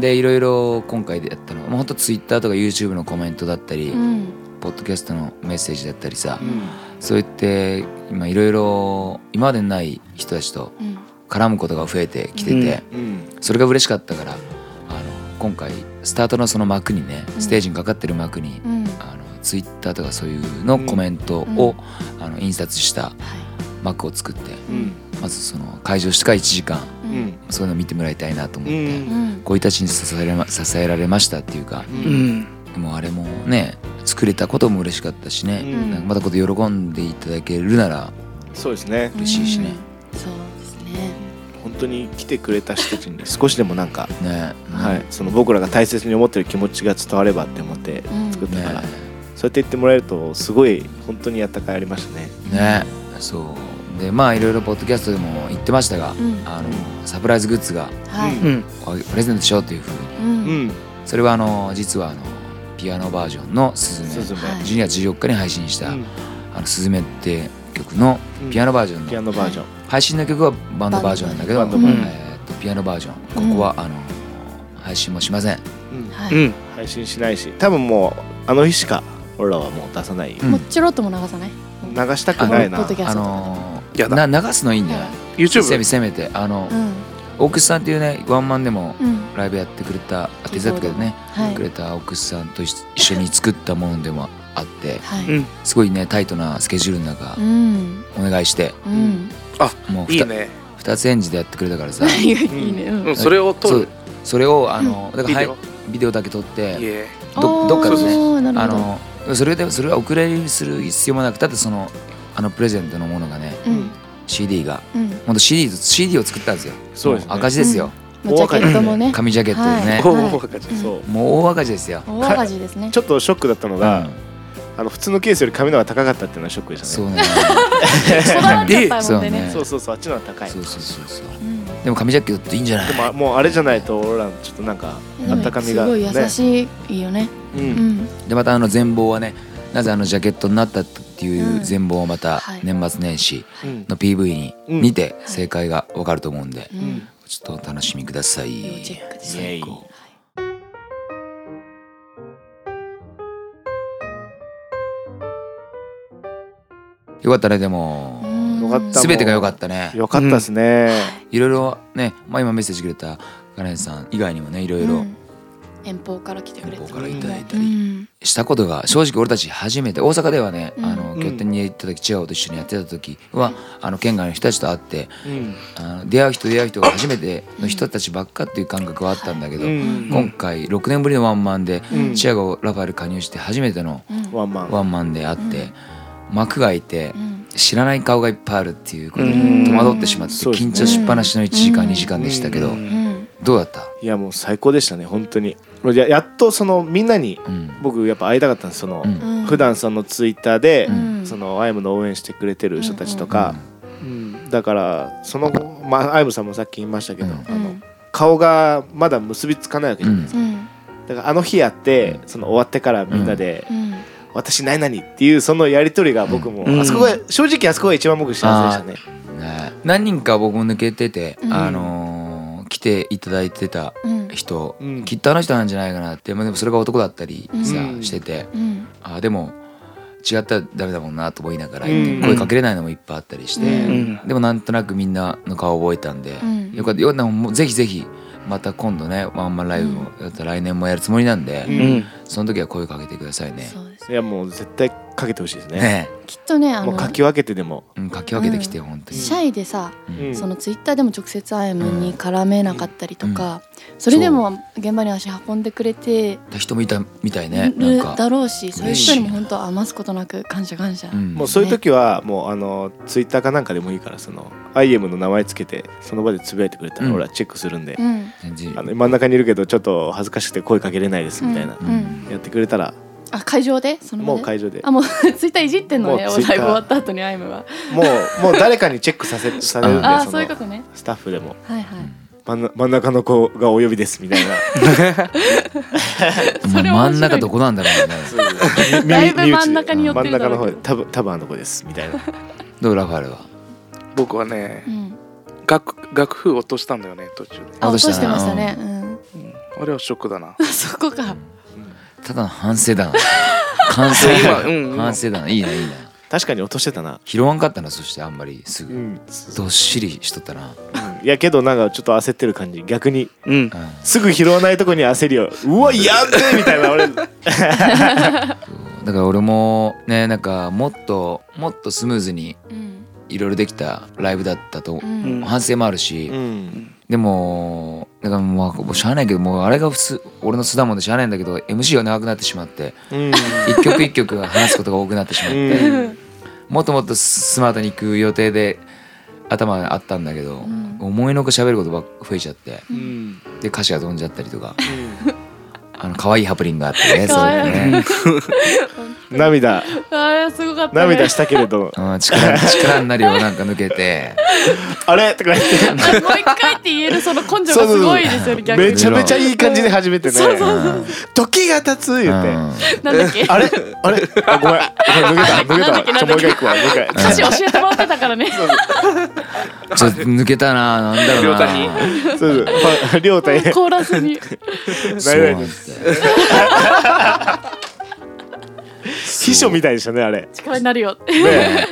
Speaker 2: でいろいろ今回でやったのもうほんとツイッターとか YouTube のコメントだったり、
Speaker 4: うん
Speaker 2: ポッドキャストのメッセージだったりさ、
Speaker 3: うん
Speaker 2: そうやって今いろいろ今までにない人たちと
Speaker 4: うん
Speaker 2: 絡むことが増えてきてて、
Speaker 3: うん
Speaker 2: それが嬉しかったからあの今回スタートのその幕にね
Speaker 4: うん
Speaker 2: ステージにかかってる幕に、
Speaker 4: うん
Speaker 2: あのツイッターとかそういうのコメントを、あの印刷した
Speaker 4: は
Speaker 2: 幕を作って
Speaker 3: うん
Speaker 2: まずその会場してから1時間
Speaker 4: い
Speaker 3: うん
Speaker 2: そういうの見てもらいたいなと思っ
Speaker 3: う
Speaker 2: て、
Speaker 3: ん
Speaker 4: うん
Speaker 2: こういう人たちに支えられま支えられましたっていうか
Speaker 3: う
Speaker 5: うんん
Speaker 2: もうあれもね作れたことも嬉しかったしね、
Speaker 3: うん
Speaker 2: なんかまたこと喜んでいただけるなら
Speaker 3: そうですね
Speaker 2: 嬉しいしね、
Speaker 4: うんそうですね
Speaker 3: 本当に来てくれた人たちに少しでもなんか、
Speaker 2: ね、
Speaker 3: はい、その僕らが大切に思ってる気持ちが伝わればって思って
Speaker 4: うん
Speaker 3: 作っ
Speaker 2: ね
Speaker 3: たから、そうやって言ってもらえるとすごい本当にあったかいありましたね
Speaker 2: ねそうでまあいろいろポッドキャストでも言ってましたが、
Speaker 4: うん
Speaker 2: あのサプライズグッズが
Speaker 4: はい
Speaker 5: うん
Speaker 2: あプレゼントしようというふうに
Speaker 4: う
Speaker 3: うんん
Speaker 2: それはあの実はあのピアノバージョンの「す
Speaker 3: す
Speaker 2: ず
Speaker 3: ず
Speaker 2: め
Speaker 3: め
Speaker 4: はい」
Speaker 2: 12月14日に配信した
Speaker 3: うん
Speaker 2: 「あのすずめ」って曲のピアノバージョン
Speaker 3: ピア
Speaker 2: の
Speaker 3: ノバージョン
Speaker 2: 配信の曲はバンドバージョンなんだけど、
Speaker 3: バンド
Speaker 4: バージョン
Speaker 2: えーとピアノバージョンここはあの配信もしません、
Speaker 3: うん
Speaker 4: は
Speaker 5: う
Speaker 4: い
Speaker 5: ん
Speaker 3: 配信しないし多分もうあの日しか俺らはもう出さない、
Speaker 2: うん
Speaker 4: もうちょろっとも流さない
Speaker 3: 流したくないな
Speaker 4: あのポッドキャス
Speaker 2: あ
Speaker 4: トとか
Speaker 2: の
Speaker 5: や
Speaker 2: な
Speaker 5: だ
Speaker 2: 流すのいいんだよね、せ
Speaker 5: YouTube
Speaker 2: めせめてあの、
Speaker 4: うん
Speaker 2: 大口さんっていうねワンマンでも
Speaker 4: うん
Speaker 2: ライブやってくれたあ手伝ってくれたね、
Speaker 4: はい
Speaker 2: くれた奥さんと一緒に作ったものでもあって
Speaker 4: はい
Speaker 5: うん
Speaker 2: すごいねタイトなスケジュールの中
Speaker 4: うん
Speaker 2: お願いして
Speaker 4: うん
Speaker 2: もう
Speaker 5: いい
Speaker 2: 2,
Speaker 5: ね
Speaker 2: つ演じでやってくれ たからさ
Speaker 4: いいねうん
Speaker 5: うんそれを撮
Speaker 2: そ
Speaker 5: る
Speaker 2: うそれをあのだか
Speaker 5: ビ
Speaker 2: ら
Speaker 5: デ
Speaker 2: は
Speaker 5: オ
Speaker 2: いビデオだけ撮っ
Speaker 5: い
Speaker 2: て
Speaker 5: え
Speaker 2: どどっかでね
Speaker 4: あーな
Speaker 2: あ
Speaker 4: るほど
Speaker 2: のそれでそれは遅れにする必要もなくだってそのあのプレゼントのものがね
Speaker 4: うん
Speaker 2: CD が
Speaker 4: うん
Speaker 2: 本当 CD, CD を作ったんですよ
Speaker 3: そうですね
Speaker 2: も赤字ですよ、
Speaker 4: まあジャケットもね
Speaker 2: 紙ジャケットでね、
Speaker 4: はい
Speaker 5: おお赤字
Speaker 4: うん
Speaker 3: そう
Speaker 2: もう大赤字ですよ、
Speaker 4: 大赤字ですね
Speaker 3: ちょっとショックだったのが、
Speaker 2: うん
Speaker 3: あの普通のケースより紙の方が高かったっていうのはショックでした
Speaker 2: そ
Speaker 3: ね
Speaker 2: うね
Speaker 4: こだわっちゃったもんで
Speaker 2: え
Speaker 4: ね
Speaker 2: え
Speaker 3: そうそうそうあっちの方が高い
Speaker 2: そうそうそうそう
Speaker 4: うん
Speaker 2: でも紙ジャケットっていいんじゃない
Speaker 3: でもあもうあれじゃないと俺らちょっとなんか
Speaker 4: で
Speaker 3: あ
Speaker 4: も
Speaker 3: ったかみが
Speaker 4: すごい
Speaker 3: ね
Speaker 4: 優しいよね
Speaker 3: う
Speaker 4: うんん
Speaker 2: でまたあの全貌はねなぜあのジャケットになったっていう
Speaker 4: うん
Speaker 2: 全貌をまた
Speaker 4: はい
Speaker 2: 年末年始
Speaker 3: うん
Speaker 2: の PV に
Speaker 3: うん
Speaker 2: にて正解がわかると思うんで
Speaker 4: う
Speaker 3: うんん
Speaker 2: ちょっとお楽しみください
Speaker 4: 要チェックです
Speaker 3: イエイ
Speaker 2: よかったねでも
Speaker 4: よ
Speaker 3: よかった
Speaker 2: 全てが良かったね
Speaker 3: よかったですね、
Speaker 2: いろいろねまあ今メッセージくれたカレンさん以外にもねいろいろ
Speaker 4: 遠方から来てくれた
Speaker 2: 遠方からいただいたり
Speaker 4: うん
Speaker 2: したことが正直俺たち初めて大阪ではね、
Speaker 4: うん
Speaker 2: あの拠点に行った時チアオと一緒にやってた時は、あの県外の人たちと会って
Speaker 3: うん
Speaker 2: あの出会う人出会う人が初めての人たちばっかっていう感覚はあったんだけど、
Speaker 3: うん
Speaker 2: 今回6年ぶりのワンマンで、
Speaker 3: うん
Speaker 2: チアゴラファエル加入して初めての
Speaker 4: うん
Speaker 3: ワンマン
Speaker 2: ワンマンで会って、幕が開いて
Speaker 4: う、ん
Speaker 2: 知らない顔がいっぱいあるっていうこと
Speaker 3: うん
Speaker 2: に戸惑ってしまって、
Speaker 3: そうですね
Speaker 2: 緊張しっぱなしの1時間、
Speaker 4: うん
Speaker 2: 2時間でしたけど、
Speaker 3: うん
Speaker 4: うん
Speaker 2: どうだった、
Speaker 3: いやもう最高でしたね本当にややっとそのみんなに
Speaker 2: うん
Speaker 3: 僕やっぱ会いたかったんですその、
Speaker 2: うん
Speaker 4: うん
Speaker 3: 普段そのツイッターで、
Speaker 4: うん
Speaker 3: そのアイムの応援してくれてる人たちとか、うんだからその後、まあ、アイムさんもさっき言いましたけど、
Speaker 2: うん
Speaker 3: あの顔がまだ結びつかないわけじゃないですか、
Speaker 4: うん
Speaker 3: だからあの日やってその終わってからみんなで
Speaker 4: うん
Speaker 3: 「私何々」っていうそのやり取りが僕も、
Speaker 5: うん
Speaker 3: あそこが正直あそこが一番僕幸せでしたね。
Speaker 2: ね何人か僕も抜けてて、
Speaker 4: うん
Speaker 2: あのー来ていただいてた
Speaker 4: うん
Speaker 2: 人、
Speaker 3: うん
Speaker 2: きっとあの人なんじゃないかなってまあでもそれが男だったりさ、
Speaker 3: うん
Speaker 2: してて
Speaker 4: うん
Speaker 2: あーでも違ったらダメだもんなと思いながら、
Speaker 3: うん
Speaker 2: 声かけれないのもいっぱいあったりして、
Speaker 4: うん
Speaker 2: でもなんとなくみんなの顔覚えたんで、
Speaker 4: うん
Speaker 2: よかったよなもうぜひぜひまた今度ねワンマンライブをやったら来年もやるつもりなんで、
Speaker 3: うん
Speaker 5: うん
Speaker 2: その時は声かけてくださいね。
Speaker 4: そうです
Speaker 3: いやもう絶対かけてほしいですね。
Speaker 2: ね
Speaker 4: きっとねあ
Speaker 3: も
Speaker 4: の
Speaker 3: うかき分けてでも、
Speaker 2: え、うん、かき分けてきてよ本当に、
Speaker 4: シャイでさ
Speaker 2: うん
Speaker 3: うん
Speaker 4: そのツイッターでも直接アイムに絡めなかったりとかそれでも現場に足運んでくれて
Speaker 2: 人もいたみたいねな
Speaker 4: る
Speaker 2: んか
Speaker 4: だろうしそういう人に
Speaker 2: 嬉
Speaker 4: も
Speaker 2: しい
Speaker 4: 本当余すことなく感謝感謝
Speaker 2: ん
Speaker 3: もうそういう時はもうあのツイッターかなんかでもいいからその IM の名前つけてその場でつぶやいてくれた
Speaker 2: う
Speaker 3: ら
Speaker 2: ん
Speaker 3: 俺はチェックするんで、
Speaker 4: うん
Speaker 2: 全然
Speaker 3: あの真ん中にいるけどちょっと恥ずかしくて声かけれないですみたいな、
Speaker 4: うんうん
Speaker 3: やってくれたら
Speaker 4: あ会場でその場
Speaker 3: も
Speaker 4: で
Speaker 3: う会場で
Speaker 4: あもうツイッターいじってんのね
Speaker 3: も
Speaker 4: お
Speaker 3: う
Speaker 4: ライブ
Speaker 3: Twitter
Speaker 4: 終わった後にアイムは
Speaker 3: もうもう誰かにチェックさ せされるんで
Speaker 4: ああ
Speaker 3: の
Speaker 4: そういうことね
Speaker 3: スタッフでも
Speaker 4: はいはい
Speaker 3: 真ん真ん中の子がお呼びですみたいな
Speaker 2: もう
Speaker 4: それ面白
Speaker 2: 真
Speaker 4: い
Speaker 2: ん中どこなんだろうね
Speaker 3: そう
Speaker 4: だいぶ
Speaker 3: 身内で
Speaker 4: 真ん中に寄って
Speaker 3: 真ん
Speaker 4: る
Speaker 3: 中
Speaker 4: だろ
Speaker 3: の
Speaker 4: う
Speaker 3: 方
Speaker 4: け
Speaker 3: で多分多分あの子ですみたいな
Speaker 2: どうラファエルは
Speaker 5: 僕はね
Speaker 4: うん
Speaker 5: 楽楽譜落としたんだよね途中で、
Speaker 4: あ
Speaker 2: 落とし
Speaker 4: 落
Speaker 2: た
Speaker 4: として
Speaker 2: な
Speaker 4: ましたねうん
Speaker 5: うんあれはショックだな
Speaker 4: そこか
Speaker 2: ただの反省だな反省
Speaker 5: 今うん
Speaker 2: 反省だないいないいな
Speaker 3: 確かに落としてたな、
Speaker 2: 拾わんかったなそしてあんまりす
Speaker 3: う
Speaker 2: ぐ
Speaker 3: ん、
Speaker 2: どっしりしとったな
Speaker 3: うんいやけどなんかちょっと焦ってる感じ逆に
Speaker 5: うん
Speaker 2: うん
Speaker 3: すぐ拾わないとこに焦りをうわやべえみたいな俺
Speaker 2: そうだから俺もねなんかもっともっとスムーズに
Speaker 4: うん
Speaker 2: いろいろできたライブだったと
Speaker 4: う
Speaker 5: うん
Speaker 4: ん
Speaker 2: 反省もあるし
Speaker 3: うん
Speaker 2: でもだからまあもうしゃあないけどもうあれが普通俺の素だもんでしゃあないんだけど MC が長くなってしまって
Speaker 3: うん
Speaker 2: 一曲一曲が話すことが多くなってしまっ
Speaker 3: う
Speaker 2: て
Speaker 3: ん
Speaker 2: もっともっとスマートに行く予定で頭があったんだけど、
Speaker 4: ん
Speaker 2: 思いのほか喋ることばっか増えちゃって
Speaker 3: うん
Speaker 2: で歌詞が飛んじゃったりとかあの可愛いハプニングがあってね
Speaker 4: 可愛
Speaker 2: そう
Speaker 4: い
Speaker 2: ね、
Speaker 3: 涙
Speaker 4: あれすごかったね
Speaker 3: 涙したけれど
Speaker 2: うん、力力になるよなんか抜けて
Speaker 3: あれとか言って
Speaker 4: あ もう一回って言えるその根性がすごいですよね逆に
Speaker 3: めちゃめちゃいい感じで初めてね
Speaker 4: そうそう
Speaker 2: うん
Speaker 3: 時が経つ言って
Speaker 4: なんだっけ
Speaker 3: あれあれあごめんごめん抜けた抜けたわちょ
Speaker 4: なんだっけ
Speaker 3: もう一回行くわもう一回
Speaker 4: 歌詞教えてもらってたからね
Speaker 2: ちょっと抜けたななんだろうな
Speaker 5: 両
Speaker 3: そうそうまあ両太へ
Speaker 4: コーラ スに
Speaker 2: そうなんだよ
Speaker 3: 秘書みたいでしたねあれ
Speaker 4: 力になるよって
Speaker 3: ね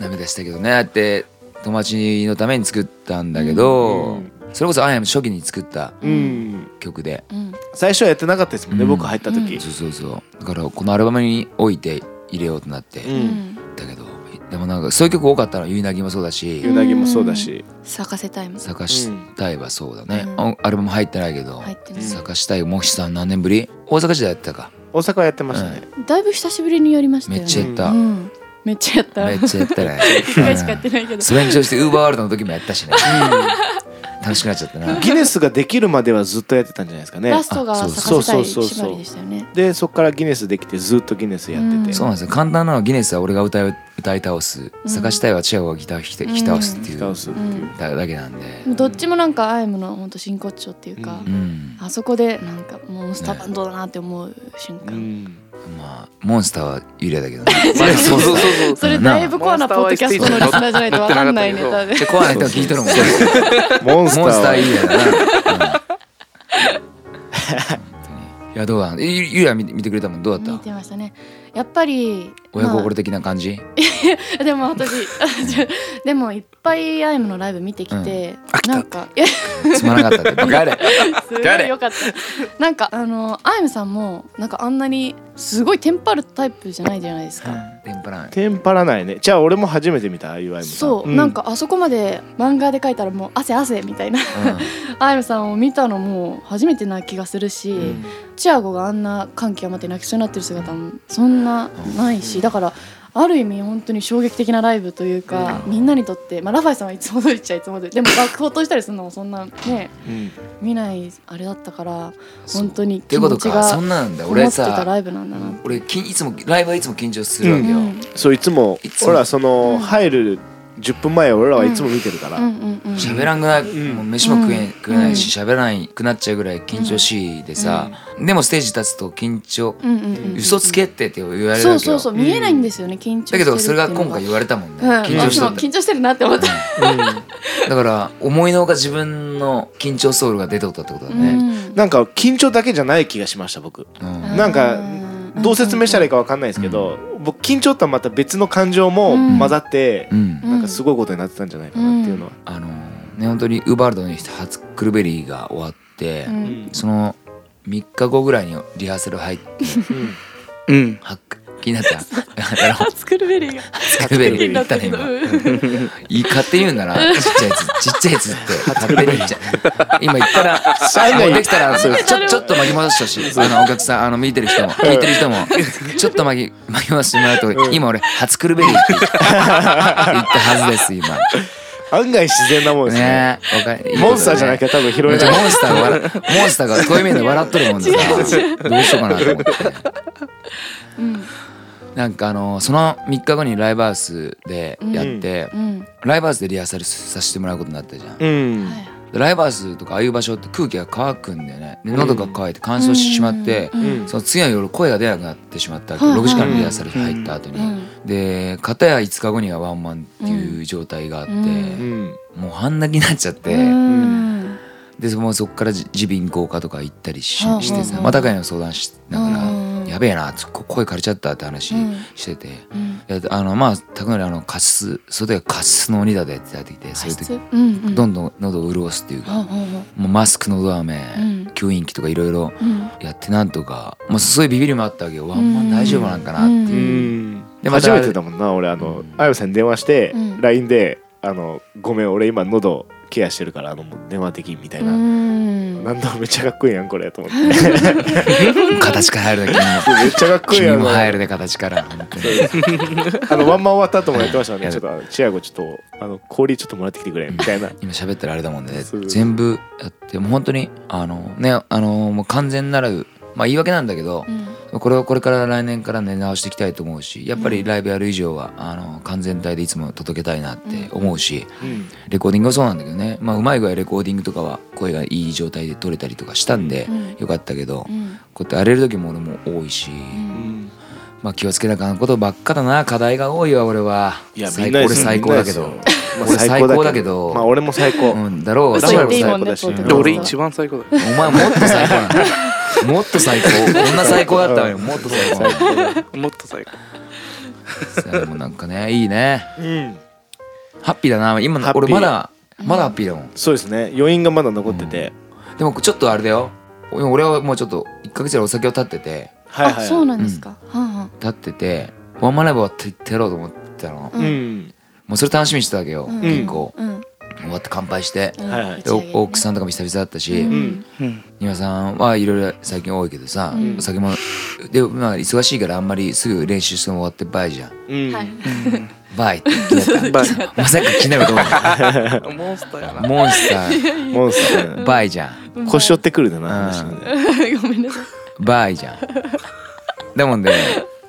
Speaker 2: 涙したけどねだって友達のために作ったんだけど、
Speaker 3: うん
Speaker 2: それこそアイアム初期に作った
Speaker 3: うん
Speaker 2: 曲で
Speaker 4: うん
Speaker 3: 最初はやってなかったですもんね
Speaker 2: うん
Speaker 3: 僕入った時
Speaker 2: そうそうそうだからこのアルバムに置いて入れようとなって、
Speaker 3: う
Speaker 4: うんん
Speaker 2: だけどでもなんかそういう曲多かったの「ゆいなぎ」もそうだし
Speaker 3: うなぎもそうだし
Speaker 4: 咲かせたい
Speaker 2: 「
Speaker 4: も
Speaker 2: 探したい」はそうだね、
Speaker 4: うん
Speaker 2: あアルバム入ってないけど
Speaker 4: 入
Speaker 2: 「
Speaker 4: ってない
Speaker 2: 探したい」もしさん何年ぶり大阪時代やってたか
Speaker 3: 大阪はやってましたね
Speaker 4: だいぶ久しぶりにやりましたよ
Speaker 2: め
Speaker 4: ね
Speaker 2: っちゃやった、
Speaker 4: うんめっちゃやった
Speaker 2: めっちゃやったね
Speaker 4: 一回しかやってないけど
Speaker 2: それに乗してウーバーワールドの時もやったしね、楽しくなっちゃったな
Speaker 3: ギネスができるまではずっとやってたんじゃないですかね
Speaker 4: ラストが
Speaker 2: あ
Speaker 4: 咲かせたい
Speaker 3: そうそうそうそう
Speaker 4: 縛りでしたよね
Speaker 3: でそこからギネスできてずっとギネスやってて、
Speaker 4: うん
Speaker 2: そうなんですよ簡単なのはギネスは俺が歌い歌い倒す、
Speaker 4: うん
Speaker 2: 探したいはチアゴがギター弾き弾き倒すっていう、
Speaker 3: 倒すっていう、
Speaker 2: だだけなんで、
Speaker 4: でもどっちもなんかアイムの本当真骨頂っていうか
Speaker 3: う
Speaker 2: うん、
Speaker 4: あそこでなんかモンスターバンドだなって思う瞬
Speaker 3: う
Speaker 4: 間
Speaker 3: ん、
Speaker 2: まあモンスターは幽霊だ けどね
Speaker 5: まあそうそうそうそう
Speaker 4: それだいぶコアなポッドキャストのリスナーじゃないとわかんないネタで
Speaker 2: でコアな人が聞いとるもん
Speaker 3: モンスター
Speaker 2: モンスターい
Speaker 3: い
Speaker 2: いやな。うんいやどうだゆゆりは見て見てくれたもんどうだ
Speaker 4: 見
Speaker 2: ってた
Speaker 4: ましたねやっぱり
Speaker 2: 親
Speaker 4: まあ
Speaker 2: 心的な感じ、
Speaker 4: でも私 でもいっぱいアイムのライブ見てきて、
Speaker 2: 飽きた
Speaker 4: なんかいや
Speaker 2: つまらなかったってバカやれ
Speaker 4: すごい良かったなんかあのあやむさんもなんかあんなにすごいテンパるタイプじゃないじゃないですか、
Speaker 2: 天ぷら
Speaker 3: テンパらないねじゃあ俺も初めて見たああいうアイムさん
Speaker 4: そう、なんかあそこまで漫画で描いたらもう汗汗みたいなあやむさんを見たのも初めてな気がするし、
Speaker 3: うん
Speaker 4: チアゴがあんな歓喜がまって泣きそうになってる姿もそんなないし、だからある意味本当に衝撃的なライブというか、みんなにとって、まあ、ラファエさんはいつも通りっちゃいつも通りでも爆報としたりするのもそんなね
Speaker 3: うん
Speaker 4: 見ないあれだったから
Speaker 2: そう
Speaker 4: 本当に
Speaker 2: って
Speaker 4: 気
Speaker 2: こ
Speaker 4: 持
Speaker 2: と
Speaker 4: ち
Speaker 2: か
Speaker 4: が
Speaker 2: そ
Speaker 4: こ
Speaker 2: ん
Speaker 4: も
Speaker 2: なんだ
Speaker 4: っ
Speaker 2: 俺
Speaker 4: てた
Speaker 2: さ
Speaker 4: ライブなんだな
Speaker 2: 俺きいつもライブはいつも緊張するわけよ、
Speaker 4: うん
Speaker 3: そういつも
Speaker 2: いつも
Speaker 3: 俺らその、
Speaker 4: うん
Speaker 3: 入る10分前俺らはいつも見てるから、
Speaker 4: うんうんうん
Speaker 2: 喋らんくな、
Speaker 3: ん
Speaker 2: もう飯も食え,、
Speaker 4: うん
Speaker 2: 食えないし喋らないくなっちゃうぐらい緊張しいでさ、でもステージ立つと緊張、
Speaker 4: うんうんうん
Speaker 2: 嘘つけってって言われるわけよ
Speaker 4: そうそうそう見えないんですよね緊張し
Speaker 2: だけ
Speaker 4: てるっていうの
Speaker 2: どそれが今回言われたもんね、
Speaker 4: うん
Speaker 2: 緊張しと
Speaker 4: あ
Speaker 2: っ
Speaker 4: で
Speaker 2: た
Speaker 4: も緊張してるなって思った、
Speaker 2: だから思いのほか自分の緊張ソウルが出ておったってことだ
Speaker 4: う
Speaker 2: ね、
Speaker 4: ん
Speaker 3: なんか緊張だけじゃない気がしました僕
Speaker 2: うん
Speaker 4: あー
Speaker 3: なんか
Speaker 4: ん
Speaker 3: どう説明したらいいかわかんないですけど、僕緊張とはまた別の感情も
Speaker 4: うん
Speaker 3: 混ざって、
Speaker 2: うん
Speaker 4: うん
Speaker 3: なんかすごいことになってたんじゃないかなっていうのは、
Speaker 2: あのね本当にウーバールドにして初クルベリーが終わって、
Speaker 4: うん
Speaker 3: うん
Speaker 2: その3日後ぐらいにリハーサル入って
Speaker 5: うん
Speaker 2: はっ気になった あの
Speaker 4: スクルベリーが
Speaker 2: スクルベリー言
Speaker 4: だっ
Speaker 2: った
Speaker 4: た
Speaker 2: ね
Speaker 4: けど
Speaker 2: 今いい勝手に言うんだなちっちゃいやつちっちゃいやつって 勝手に言っちゃう今言ったら
Speaker 3: 案
Speaker 2: も
Speaker 3: 外
Speaker 2: うできたらち
Speaker 3: そう
Speaker 2: ょ
Speaker 3: で
Speaker 2: ちょっと巻き戻してほしいあのお客さんあの見てる人も聞いてる人もちょっと巻き巻き戻してもらうと今俺初クルベリーって言った言ったはずです今
Speaker 3: 案外自然なもんですね
Speaker 2: ねわかいいことだね
Speaker 3: モンスターじゃなきゃ多分拾え
Speaker 2: モ
Speaker 3: な
Speaker 2: ン
Speaker 3: い
Speaker 2: スターが笑モンスターが遠い目で笑っとるもんでさどうしようかなと思って
Speaker 4: うん
Speaker 2: なんかあのその3日後にライブハウスでやって、
Speaker 4: うん
Speaker 2: ライブハウスでリハーサルさせてもらうことになったじゃん、
Speaker 3: うん
Speaker 4: はい
Speaker 2: ライブハウスとかああいう場所って空気が乾くんだよねで喉が乾いて乾燥してしまって、
Speaker 4: うん
Speaker 3: うん
Speaker 2: その次の夜声が出なくなってしまったわけ、
Speaker 4: はいはい
Speaker 2: 6時間のリハーサル入った後に、
Speaker 4: うん
Speaker 2: で片や5日後にはワンマンっていう状態があって、
Speaker 4: うん
Speaker 3: う
Speaker 4: うん
Speaker 2: もう半泣きになっちゃって、
Speaker 4: うん
Speaker 2: でもうそこからじ耳鼻咽喉科とか行ったりし
Speaker 4: うん
Speaker 2: して
Speaker 4: うん
Speaker 2: さ
Speaker 4: うん
Speaker 2: またかに相談しながら
Speaker 4: うん
Speaker 2: 「やべえなこ声枯れちゃった」って話
Speaker 4: うん
Speaker 2: してて。
Speaker 4: うん
Speaker 2: いやあのまあたくのりあの過失その時は過失の鬼だでってなってきてそういう時
Speaker 4: うんうん
Speaker 2: どんどん喉を潤すっていうか、
Speaker 4: うんうん
Speaker 2: もうマスクのど飴、
Speaker 4: うん
Speaker 2: 吸引器とかいろいろ
Speaker 4: うん
Speaker 2: やってなんとかもうそういうビビりもあったわけよワンマン大丈夫なんかなって
Speaker 3: う
Speaker 2: いう、
Speaker 3: ん
Speaker 2: でまた
Speaker 3: 初めてだもんな俺あのあやさんに電話して、
Speaker 4: うん
Speaker 3: LINE であの「ごめん俺今喉ケアしてるからあのもう電話できん」みたいな、
Speaker 4: うん
Speaker 3: なんだめっちゃかっこいいやんこれと 思ってめ
Speaker 2: 形から入るだ
Speaker 3: っちゃかっこ いい
Speaker 2: 君も君
Speaker 3: やん
Speaker 2: も入
Speaker 3: あ
Speaker 2: るで形から本当に
Speaker 3: のワンマン終わった後もやってましたね
Speaker 2: や
Speaker 3: ちょ
Speaker 2: る
Speaker 3: っとチアゴちょっとあの氷ちょっともらってきてくれみたい な
Speaker 2: 今喋ったらあれだもんね
Speaker 3: そう
Speaker 2: 全部やってもう本当にあのねあのもう完全ならまあ言い訳なんだけど、これをこれから来年からね直していきたいと思うしやっぱりライブやる以上は、あの完全体でいつも届けたいなって思うし、
Speaker 3: うん
Speaker 2: レコーディングもそうなんだけどね、まあ、うまい具合レコーディングとかは声がいい状態で撮れたりとかしたんで、
Speaker 4: うん
Speaker 2: よかったけど、
Speaker 4: うん
Speaker 2: こうやって荒れる時も俺も多いし、
Speaker 3: うん
Speaker 2: まあ、気をつけなあかんことばっかだな課題が多いわ俺は最高俺最高だけど、俺最高だけど、
Speaker 3: まあ俺も最高
Speaker 2: うん、だろう
Speaker 4: 嘘
Speaker 2: だか
Speaker 4: 言
Speaker 2: ら
Speaker 4: っていいもんね
Speaker 3: だし
Speaker 4: ポッドキャス
Speaker 5: で
Speaker 4: ト
Speaker 5: 俺一番最高だよ
Speaker 2: お前もっと最高なのもっと最高こんな最高だったわよもっと最高
Speaker 5: もっと最高
Speaker 2: さあもうなんかねいいね
Speaker 3: うん
Speaker 2: ハッピーだな今の
Speaker 3: ハッピー
Speaker 2: 俺まだまだハッピーだもん
Speaker 3: そうですね余韻がまだ残ってて
Speaker 2: でもちょっとあれだよ俺はもうちょっと1ヶ月ぐらいお酒を断ってて
Speaker 3: はい
Speaker 4: あ
Speaker 3: はい
Speaker 4: そうなんですかはんはん
Speaker 2: 断っててワンマンライブ終わってってやろうと思ってたの、
Speaker 4: う
Speaker 3: うん
Speaker 2: もうそれ楽しみにしてたわけよ、
Speaker 4: うん
Speaker 2: 結構
Speaker 4: うん
Speaker 2: 終わって乾杯して、
Speaker 4: うん
Speaker 3: はいはい
Speaker 2: でお奥さんとかも久々だったし、
Speaker 4: うん
Speaker 3: うん
Speaker 5: うん
Speaker 2: 庭さんはいろいろ最近多いけどさ、
Speaker 4: うん
Speaker 2: お酒もで、まあ、忙しいからあんまりすぐ練習しても終わってバイじゃん
Speaker 3: うん
Speaker 4: はい
Speaker 2: バイって言ってた
Speaker 5: バイ
Speaker 2: まさか気になると思う
Speaker 5: モンスターやな
Speaker 2: モンスター
Speaker 3: モンスター
Speaker 2: バイじゃん
Speaker 3: 腰折ってくるだな話
Speaker 2: うん
Speaker 3: がね
Speaker 4: ごめんなさい
Speaker 2: バイじゃんだもんで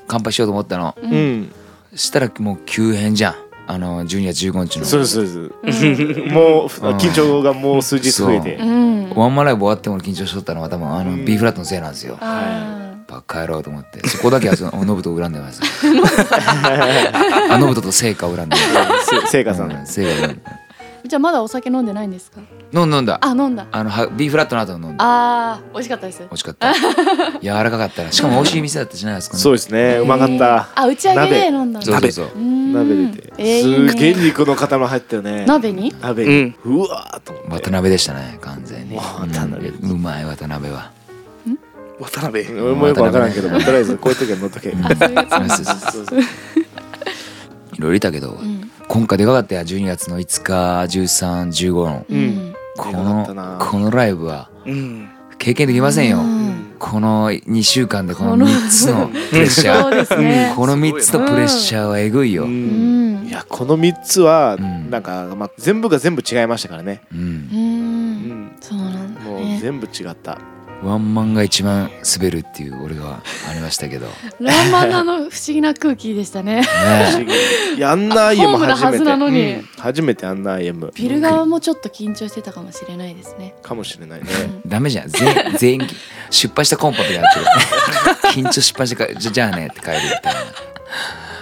Speaker 2: 乾杯しようと思ったの
Speaker 3: うん
Speaker 2: したらもう急変じゃんあの12月15日の
Speaker 3: そうですそうですもう緊張がもう数日増えて
Speaker 4: うん
Speaker 2: ワンマンライブ終わっても俺緊張しとったのは多分あの
Speaker 3: ん
Speaker 2: B フラットのせいなんですよ
Speaker 4: あ
Speaker 2: バカ野郎と思ってそこだけは そのノブトを恨んでますあノブトと聖火を恨んで
Speaker 3: せ聖
Speaker 2: る
Speaker 3: 華さん
Speaker 2: うん聖火を恨んでる
Speaker 4: ーじゃあまだお酒飲んでないんですか
Speaker 2: 飲んだ飲んだ
Speaker 4: あ飲んだ
Speaker 2: あのは B フラットの後飲んだ
Speaker 4: あー美味しかったです
Speaker 2: 美味しかった 柔らかかったらしかも美味しい店だったじゃないですか
Speaker 3: そう
Speaker 2: う
Speaker 3: ですねうまかっ
Speaker 4: へ
Speaker 3: た
Speaker 4: ーあ打ち上げで
Speaker 3: 鍋
Speaker 4: 飲んだんだ
Speaker 2: そうそうそう
Speaker 4: うーん
Speaker 3: 鍋出て、
Speaker 4: えーいいね
Speaker 3: すげえ肉の塊入ったよね
Speaker 4: 鍋に
Speaker 3: 鍋
Speaker 5: う
Speaker 3: に
Speaker 5: ん、
Speaker 3: うわーっと思って
Speaker 2: 渡辺でしたね完全に
Speaker 3: もう渡辺
Speaker 2: うんうまい渡辺は
Speaker 5: 渡辺
Speaker 3: 俺もよくわからんけどもとりあえずこういう時は乗っとけ
Speaker 4: あそういうそ
Speaker 2: そ
Speaker 4: う
Speaker 2: うそう
Speaker 3: そうそう
Speaker 2: いろいろいたけど、
Speaker 4: うん
Speaker 2: 今回でかかったよ12月の5日1315の
Speaker 4: うんん
Speaker 2: こ
Speaker 3: でかかったな
Speaker 2: のこのライブは
Speaker 5: うん
Speaker 2: 経験できませんよ、
Speaker 4: うん
Speaker 2: この2週間でこ
Speaker 4: こ
Speaker 2: の
Speaker 4: の
Speaker 2: 3つ のプレッシャ
Speaker 4: そう
Speaker 2: ー
Speaker 4: ですね
Speaker 2: この3つのプレッシャーはえぐいよ、
Speaker 3: う
Speaker 4: うんん
Speaker 3: いやこの3つは
Speaker 2: うん
Speaker 3: なんか、まあ、全部が全部違いましたからね、
Speaker 2: うん
Speaker 4: う
Speaker 3: うんん、
Speaker 4: そうなんだ
Speaker 3: もう
Speaker 4: ね
Speaker 3: 全部違った
Speaker 2: ワンマンが一番滑るっていう俺はありました けど、ね
Speaker 4: ラーマンのあの不思議な空気でしたね
Speaker 3: 不思
Speaker 2: え、
Speaker 3: 議いやあんな
Speaker 4: あ
Speaker 3: IM
Speaker 4: ホームなは
Speaker 3: 初め
Speaker 4: ずなのに
Speaker 3: て、うん初めてあんな IM
Speaker 4: ビル側もちょっと緊張してたかもしれないですね
Speaker 3: かもしれないね
Speaker 2: ダメじゃん全 全員失敗したコンパみたいになってる 緊張失敗してかじゃじゃあねって帰るみたいな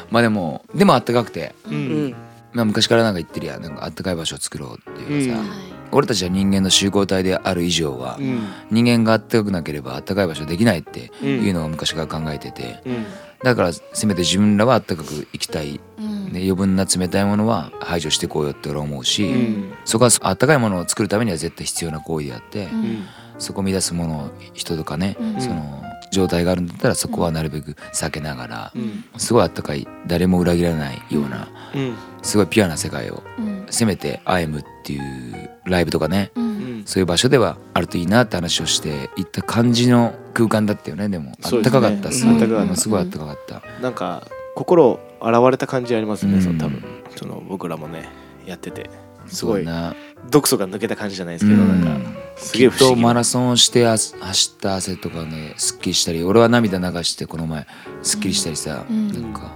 Speaker 2: まあでもでもあったかくて、
Speaker 3: う
Speaker 5: うんん
Speaker 2: まあ、昔からなんか言ってるやんなんかあったかい場所を作ろうっていうかさ、
Speaker 3: うん
Speaker 4: は
Speaker 2: 俺たちは人間の集合体である以上は、
Speaker 3: うん
Speaker 2: 人間があったかくなければあったかい場所できないって
Speaker 3: うん
Speaker 2: いうのを昔から考えてて、
Speaker 3: うん
Speaker 2: だからせめて自分らはあったかく生きたい、
Speaker 4: いうん
Speaker 2: ね、余分な冷たいものは排除していこうよって俺は思うし、
Speaker 3: うん
Speaker 2: そこはあったかいものを作るためには絶対必要な行為であって、
Speaker 4: う
Speaker 3: うんん
Speaker 2: そこを乱すもの人とかね、
Speaker 4: うん
Speaker 2: その状態があるんだったらそこはなるべく避けながら、
Speaker 3: うん
Speaker 2: すごいあったかい誰も裏切らないような
Speaker 3: うん
Speaker 2: すごいピュアな世界を
Speaker 4: うん
Speaker 2: せめて「アイムっていうライブとかね
Speaker 4: う
Speaker 3: うんん
Speaker 2: そういう場所ではあるといいなって話をしていった感じの空間だったよねでもあ
Speaker 3: そう
Speaker 2: っ
Speaker 3: です
Speaker 2: た
Speaker 3: ね
Speaker 2: かかったす
Speaker 4: う
Speaker 2: ご
Speaker 4: ん
Speaker 2: い,、
Speaker 4: あったかかった
Speaker 2: すごいあったかかった、
Speaker 3: なんか心洗われた感じありますね、
Speaker 2: うん
Speaker 3: その多分その僕らもねやっててす
Speaker 2: そ
Speaker 3: ご
Speaker 2: ん
Speaker 3: い
Speaker 2: な
Speaker 3: 毒素が抜けた感じじゃないですけど、
Speaker 2: うん
Speaker 3: なんかすげえ不
Speaker 2: と
Speaker 3: 思議
Speaker 2: マラソンをしてあす走った汗とかねすっきりしたり俺は涙流してこの前すっきりしたりさ、
Speaker 4: うん
Speaker 2: なんか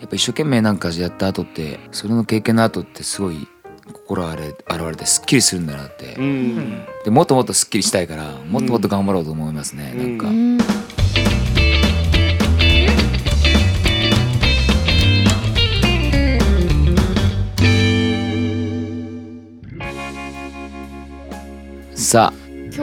Speaker 2: やっぱ一生懸命なんかやった後ってそれの経験の後ってすごい心あれ現れてすっきりするんだなって、
Speaker 3: うん
Speaker 2: でもっともっとすっきりしたいからもっともっと頑張ろうと思いますね、
Speaker 3: うん
Speaker 2: な
Speaker 4: うん
Speaker 2: か、
Speaker 4: ん
Speaker 2: さ
Speaker 4: 今日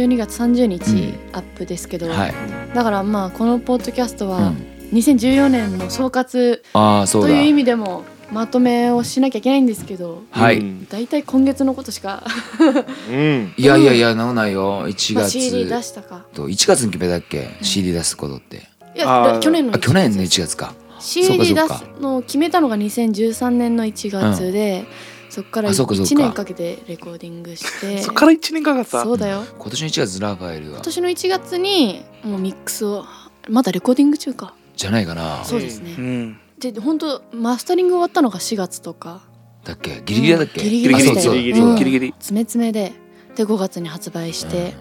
Speaker 4: 12月30日
Speaker 2: う
Speaker 4: アップですけ
Speaker 2: あ
Speaker 4: ど、
Speaker 2: はい、
Speaker 4: だからまあこのポッドキャスト
Speaker 2: う
Speaker 4: は
Speaker 2: ん、
Speaker 4: 2014年の総括
Speaker 2: ああそう
Speaker 4: と
Speaker 2: だ
Speaker 4: いう意味でもまとめをしなきゃいけないんですけど
Speaker 2: はい、
Speaker 3: うん、
Speaker 4: 大体今月のことしか
Speaker 3: うん
Speaker 2: いやいやいやならないよ1
Speaker 4: まあ
Speaker 2: 月
Speaker 4: CD 出したか
Speaker 2: と1月に決めたっけ CD 出すことって
Speaker 4: いや
Speaker 3: あー
Speaker 4: 去年の
Speaker 2: あ去年の
Speaker 4: ね
Speaker 2: 1月か
Speaker 4: CD
Speaker 2: そう
Speaker 4: 出
Speaker 2: かそうか
Speaker 4: すのを決めたのが2013年の1月で、そこから
Speaker 2: あそうかそうか
Speaker 4: 1年かけてレコーディングして
Speaker 5: そっから一年かかった
Speaker 4: そうだよ
Speaker 2: 今年の1月ラファエルは
Speaker 4: 今年の1月にもうミックスをまだレコーディング中か
Speaker 2: じゃないかな
Speaker 4: そうですね、
Speaker 5: うん
Speaker 4: で本当マスタリング終わったのが4月とか
Speaker 2: だっけギリギリだっけ、
Speaker 4: うんギリ
Speaker 5: ギリギリ
Speaker 2: あそうそう
Speaker 3: ギリギリ
Speaker 2: そうだ
Speaker 5: ギリギリ
Speaker 4: 詰め詰めでで5月に発売して、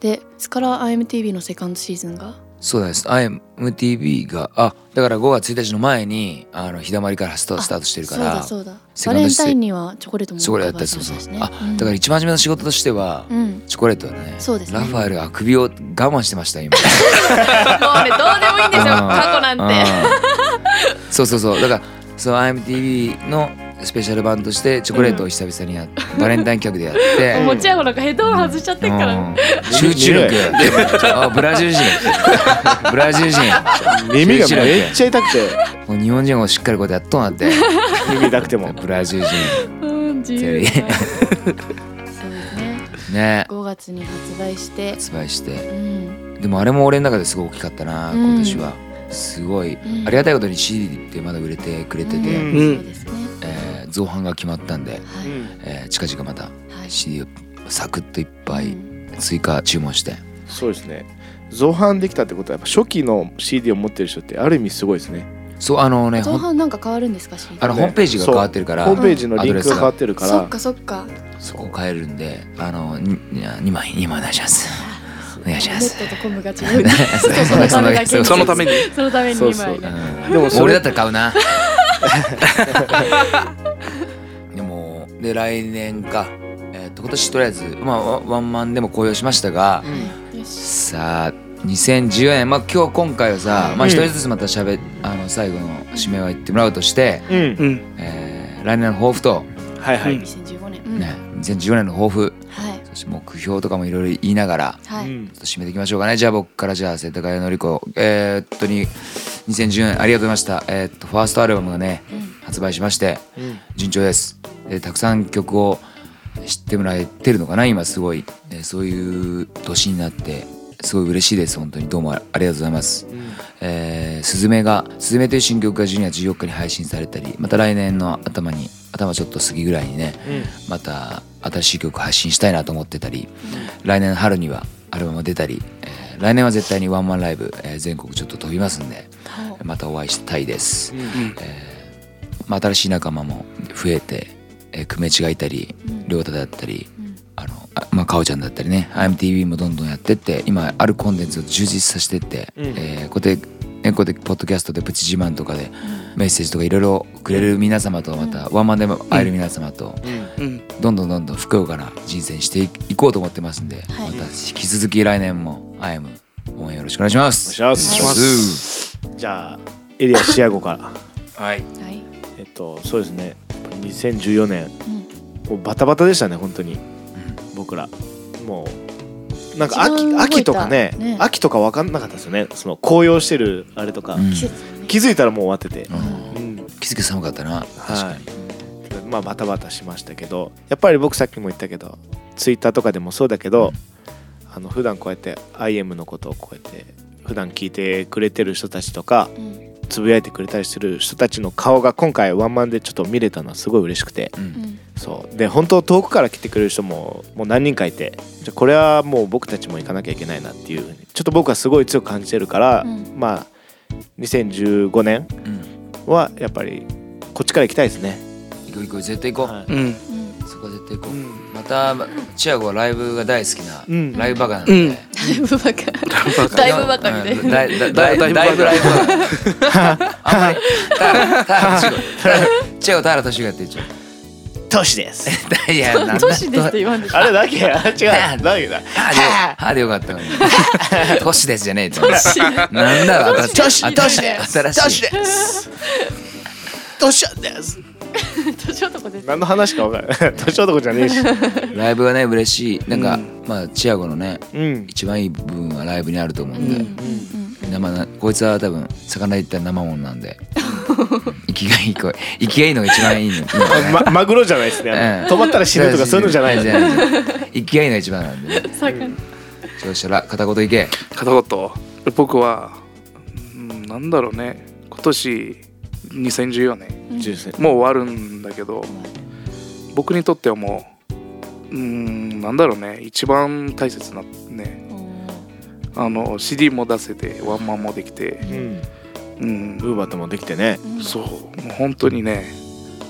Speaker 4: でそこから IMTV のセカンドシーズンが
Speaker 2: そうです IMTV があだから5月1日の前にあの日だまりからスタ
Speaker 4: あ
Speaker 2: スタートしてるから
Speaker 4: そうだ
Speaker 2: セ
Speaker 4: そ
Speaker 2: カン
Speaker 4: うだバレ
Speaker 2: ド
Speaker 4: ン
Speaker 2: シーズン
Speaker 4: タインにはチョコレートも
Speaker 2: そこでや
Speaker 4: 発
Speaker 2: ったり
Speaker 4: 売
Speaker 2: そう
Speaker 4: し
Speaker 2: そう
Speaker 4: ましたね
Speaker 2: あ
Speaker 4: うん
Speaker 2: だから一番初めの仕事としては、
Speaker 4: うん、もうね
Speaker 2: チョコレートだね
Speaker 4: そうですね
Speaker 2: ラファエルあくびを我慢してました今
Speaker 4: どうでもいいんですよ
Speaker 2: うん
Speaker 4: 過去 なんて
Speaker 2: うんそうそうそうだからその IMTV のスペシャル版としてチョコレートを久々にやっバレンタイン企画でやって、
Speaker 4: もう持ち上げなんかヘッドホン外しちゃってっから、
Speaker 2: うん集中力あブラジル人ブラジル人
Speaker 3: 耳がめっちゃ痛くて
Speaker 2: もう日本人もしっかりこうやってやっとうなって
Speaker 3: 耳痛くても
Speaker 2: ブラジル人
Speaker 4: うん自由
Speaker 2: ゼリ
Speaker 4: なそうですね
Speaker 2: ね
Speaker 4: 5月に発売して
Speaker 2: 発売して
Speaker 4: うん
Speaker 2: でもあれも俺の中ですごい大きかったな
Speaker 4: うん
Speaker 2: 今年は、すごい、
Speaker 4: うん
Speaker 2: ありがたいことに CD ってまだ売れてくれてて、
Speaker 4: うん
Speaker 5: うん
Speaker 4: そうですね
Speaker 2: えー造版が決まったんで、
Speaker 4: は
Speaker 3: う
Speaker 4: い、
Speaker 3: ん
Speaker 2: えー近々また
Speaker 4: はい
Speaker 2: CD をサクッといっぱ
Speaker 4: う
Speaker 2: い
Speaker 4: ん
Speaker 2: 追加注文して、
Speaker 3: そうですね造反できたってことはやっぱ初期の CD を持ってる人ってある意味すごいですね
Speaker 2: そうあのね
Speaker 4: 造
Speaker 2: ほん
Speaker 4: 反なんか変わるんですかし
Speaker 2: あの
Speaker 3: ね
Speaker 2: ホームページが変わってるから
Speaker 3: ホームページのリンクが変わってるか
Speaker 4: そっ
Speaker 3: ら
Speaker 4: かそっか
Speaker 2: そこ変えるんであのに2枚2枚お願いしますお願いし
Speaker 4: ネ
Speaker 2: ます
Speaker 4: ットとコムが違
Speaker 2: そううそのその
Speaker 5: そのために
Speaker 4: そのために
Speaker 3: そう
Speaker 4: 今
Speaker 3: そう
Speaker 4: ね
Speaker 2: うん
Speaker 3: でもそれ
Speaker 2: 俺だったら買う なでもで来年か、えー、と今年とりあえず、まあ、ワワンマンでも公表しましたが、
Speaker 4: はいよし
Speaker 2: さあ2014年、まあ、今日今回はさ、まあ、
Speaker 3: うん
Speaker 2: 一人ずつまたしゃべあの最後の締めは言ってもらうとして、
Speaker 3: うん
Speaker 5: うん
Speaker 2: えー来年の抱負と、
Speaker 3: はいは
Speaker 5: う
Speaker 3: い
Speaker 5: ん
Speaker 4: 2015年、
Speaker 2: ね、 2014年の抱負
Speaker 4: はい
Speaker 2: そして目標とかもいろいろ言いながら
Speaker 4: はい、
Speaker 3: うん
Speaker 2: ちょっと締めていきましょうかねじゃあ僕からじゃあ世田谷のり子えーっとに2014年ありがとうございましたえーっとファーストアルバムがね発売しまして順調ですでたくさん曲を知ってもらえてるのかな今すごいでそういう年になってすごい嬉しいです本当にどうもありがとうございます、えー、スズメが「スズメという新曲が12月14日に配信されたりまた来年の頭に頭ちょっと過ぎぐらいにね、また新しい曲発信したいなと思ってたり、来年春にはアルバムが出たり、えー来年は絶対にワンマンライブ、えー全国ちょっと飛びますんで
Speaker 4: は
Speaker 2: またお会いしたいです、えーまあ、新しい仲間も増えて、えー、久米地がいたり亮太だったり、あのあまあかおちゃんだったりね IMTV もどんどんやってって今あるコンテンツを充実させてって、
Speaker 3: うん
Speaker 2: えーこうやってねこうやってポッドキャストでプチ自慢とかでメッセージとかいろいろくれる皆様とまたワンマンでも会える皆様と
Speaker 5: うん
Speaker 2: どんどんどんどんふくよかな人生にしていこうと思ってますんで、
Speaker 4: はい
Speaker 2: また引き続き来年も IM 応援よろしくお願いします。
Speaker 3: 願い
Speaker 4: し
Speaker 3: し
Speaker 4: ま
Speaker 3: ますじゃあエリアシアゴから
Speaker 2: はい、
Speaker 4: はい、
Speaker 3: えっとそうですね2014年
Speaker 4: うん、
Speaker 3: もうバタバタでしたね本当に僕らもうなんか
Speaker 4: 一
Speaker 3: 秋
Speaker 4: 番動いた
Speaker 3: 秋とかね
Speaker 4: ね
Speaker 3: 秋とか分かんなかったですよねその紅葉してるあれとか、
Speaker 2: うん
Speaker 4: 季節のね
Speaker 3: 気づいたらもう終わってて、
Speaker 2: うん
Speaker 3: うん
Speaker 2: 気づき寒かったな確かに、
Speaker 3: まあバタバタしましたけどやっぱり僕さっきも言ったけどツイッターとかでもそうだけど、あの普段こうやって IM のことをこうやって普段聞いてくれてる人たちとか
Speaker 4: うん
Speaker 3: つぶやいてくれたりする人たちの顔が今回ワンマンでちょっと見れたのはすごい嬉しくて
Speaker 2: うん
Speaker 4: うん
Speaker 3: そうで本当遠くから来てくれる人ももう何人かいてじゃあこれはもう僕たちも行かなきゃいけないなっていうふうにちょっと僕はすごい強く感じてるから、
Speaker 4: うん
Speaker 3: まあ2015年
Speaker 2: うん
Speaker 3: はやっぱりこっちから行きたいですね。
Speaker 2: 行こう行こう絶対行こう、
Speaker 3: はい
Speaker 5: うん
Speaker 4: うん
Speaker 2: そこは絶対行こう、
Speaker 3: うん
Speaker 2: またチアゴはライブが大好きな、
Speaker 3: うん
Speaker 2: ライブバカなんで、
Speaker 5: うん
Speaker 4: だいぶバカだいぶバカみたい
Speaker 2: うんだいだいだい
Speaker 5: だいぶ
Speaker 2: だいぶラ
Speaker 5: バ
Speaker 2: イブバカあんまり田原田原俊吾チアゴ田原俊吾やって言っちゃ
Speaker 3: トシです。
Speaker 2: ういやなんだ
Speaker 4: な都市ですって言わんでし ょ
Speaker 3: あれだっけあ 違う。
Speaker 2: は
Speaker 3: だ
Speaker 2: い
Speaker 3: っけだ。
Speaker 2: 歯で歯でよかったのに年ですじゃねえってなん
Speaker 4: 市
Speaker 2: だろ
Speaker 4: 都
Speaker 2: 新し
Speaker 4: 市
Speaker 2: い
Speaker 4: 都
Speaker 2: 新
Speaker 4: 市
Speaker 2: し
Speaker 4: で
Speaker 2: い
Speaker 4: す
Speaker 2: 新しい
Speaker 3: です。 トシです。
Speaker 4: 都市男です
Speaker 3: 何の話か分からない。 トシ男じゃねえし。
Speaker 2: ライブがね嬉しいなんか、
Speaker 5: うん
Speaker 2: まあチアゴのね
Speaker 3: うん。
Speaker 2: 一番いい部分はライブにあると思う
Speaker 4: うんんう
Speaker 2: で、
Speaker 4: ん
Speaker 2: 生なこいつは多分魚で言ったら生もんなんで生きがいい声生きがいいのが一番いいのいいのかね
Speaker 3: まマグロじゃないですね。
Speaker 2: ええ
Speaker 3: 止まったら死ぬとかそういうのじゃない
Speaker 2: じ
Speaker 3: ね。
Speaker 2: ゃない生きがいいのが一番なんでね
Speaker 4: 魚
Speaker 2: そうしたら片言いけ
Speaker 5: 片言僕はうんなんだろうね今年2014年
Speaker 4: うん
Speaker 3: ジュース
Speaker 5: もう終わるんだけど僕にとってはもううんなんだろうね一番大切なね
Speaker 4: おー
Speaker 5: あの CD も出せてワンマンもできて
Speaker 3: うん。
Speaker 5: うん
Speaker 3: ウーバーともできてね。
Speaker 4: うん
Speaker 5: そうもう本当にね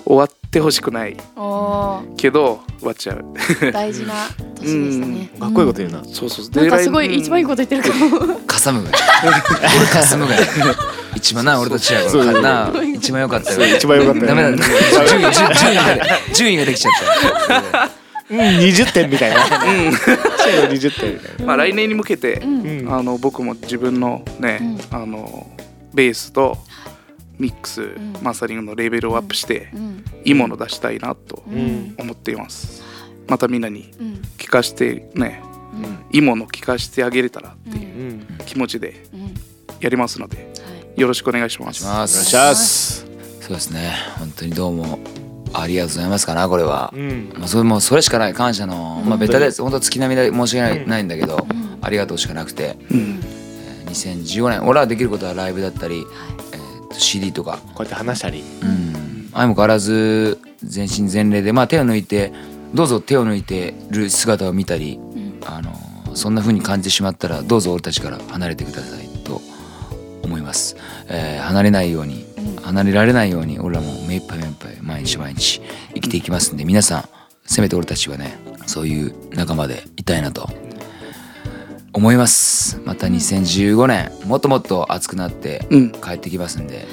Speaker 5: 終わってほしくない
Speaker 4: お
Speaker 5: けど終わっちゃう
Speaker 4: ー大事な年でしたね
Speaker 3: かっこいいこと言う
Speaker 4: な
Speaker 3: な。
Speaker 5: そうそう
Speaker 4: なんかすご
Speaker 5: で
Speaker 4: い一番いいこと言ってるかも
Speaker 2: かさむが俺かさむが一番な俺とチアゴ
Speaker 3: そう
Speaker 2: がな一番良かったよ
Speaker 3: 一番良かったよ
Speaker 2: ダメだ順位順順位がね順位ができちゃった
Speaker 3: うん、20点みたいな。 シェード20点みたいな。
Speaker 5: まあ来年に向けて、
Speaker 4: うん
Speaker 3: うん
Speaker 5: あの僕も自分のね、あのベースとミックス、
Speaker 4: ん
Speaker 5: マスタリングのレベルをアップして、
Speaker 4: うん
Speaker 5: いいもの出したいなと
Speaker 3: うん。
Speaker 5: 思っています、またみんなに
Speaker 4: うん
Speaker 5: 聞かしてね、
Speaker 3: ん
Speaker 5: いいもの聞かしてあげれたらって
Speaker 4: う
Speaker 5: いうん
Speaker 3: うん。
Speaker 5: 気持ちで
Speaker 4: うんはい
Speaker 5: やりますのでよろしくお願いします
Speaker 2: しま
Speaker 3: お願い
Speaker 2: す
Speaker 3: します。
Speaker 2: そうですね本当にどうもありがとうございますかなこれは
Speaker 3: うん。
Speaker 2: まあ、それもうそれしかない感謝の、まあ、ベタです本当月並みで申し訳ない,、ん、だけど、
Speaker 4: ん
Speaker 2: ありがとうしかなくて、
Speaker 5: うん
Speaker 2: えー2015年俺らできることはライブだったり、えーと CD とか、
Speaker 3: こうやって話したり。
Speaker 2: うん、相も変わらず全身全霊で、まあ、手を抜いてどうぞ手を抜いてる姿を見たり、あのーそんな風に感じてしまったらどうぞ俺たちから離れてくださいと思います、えー離れないように離れられないように俺らも目いっぱい目いっぱい毎日毎日生きていきますんで皆さんせめて俺たちはねそういう仲間でいたいなと思いますまた2015年もっともっと熱くなって
Speaker 5: うん
Speaker 2: 帰ってきますんで、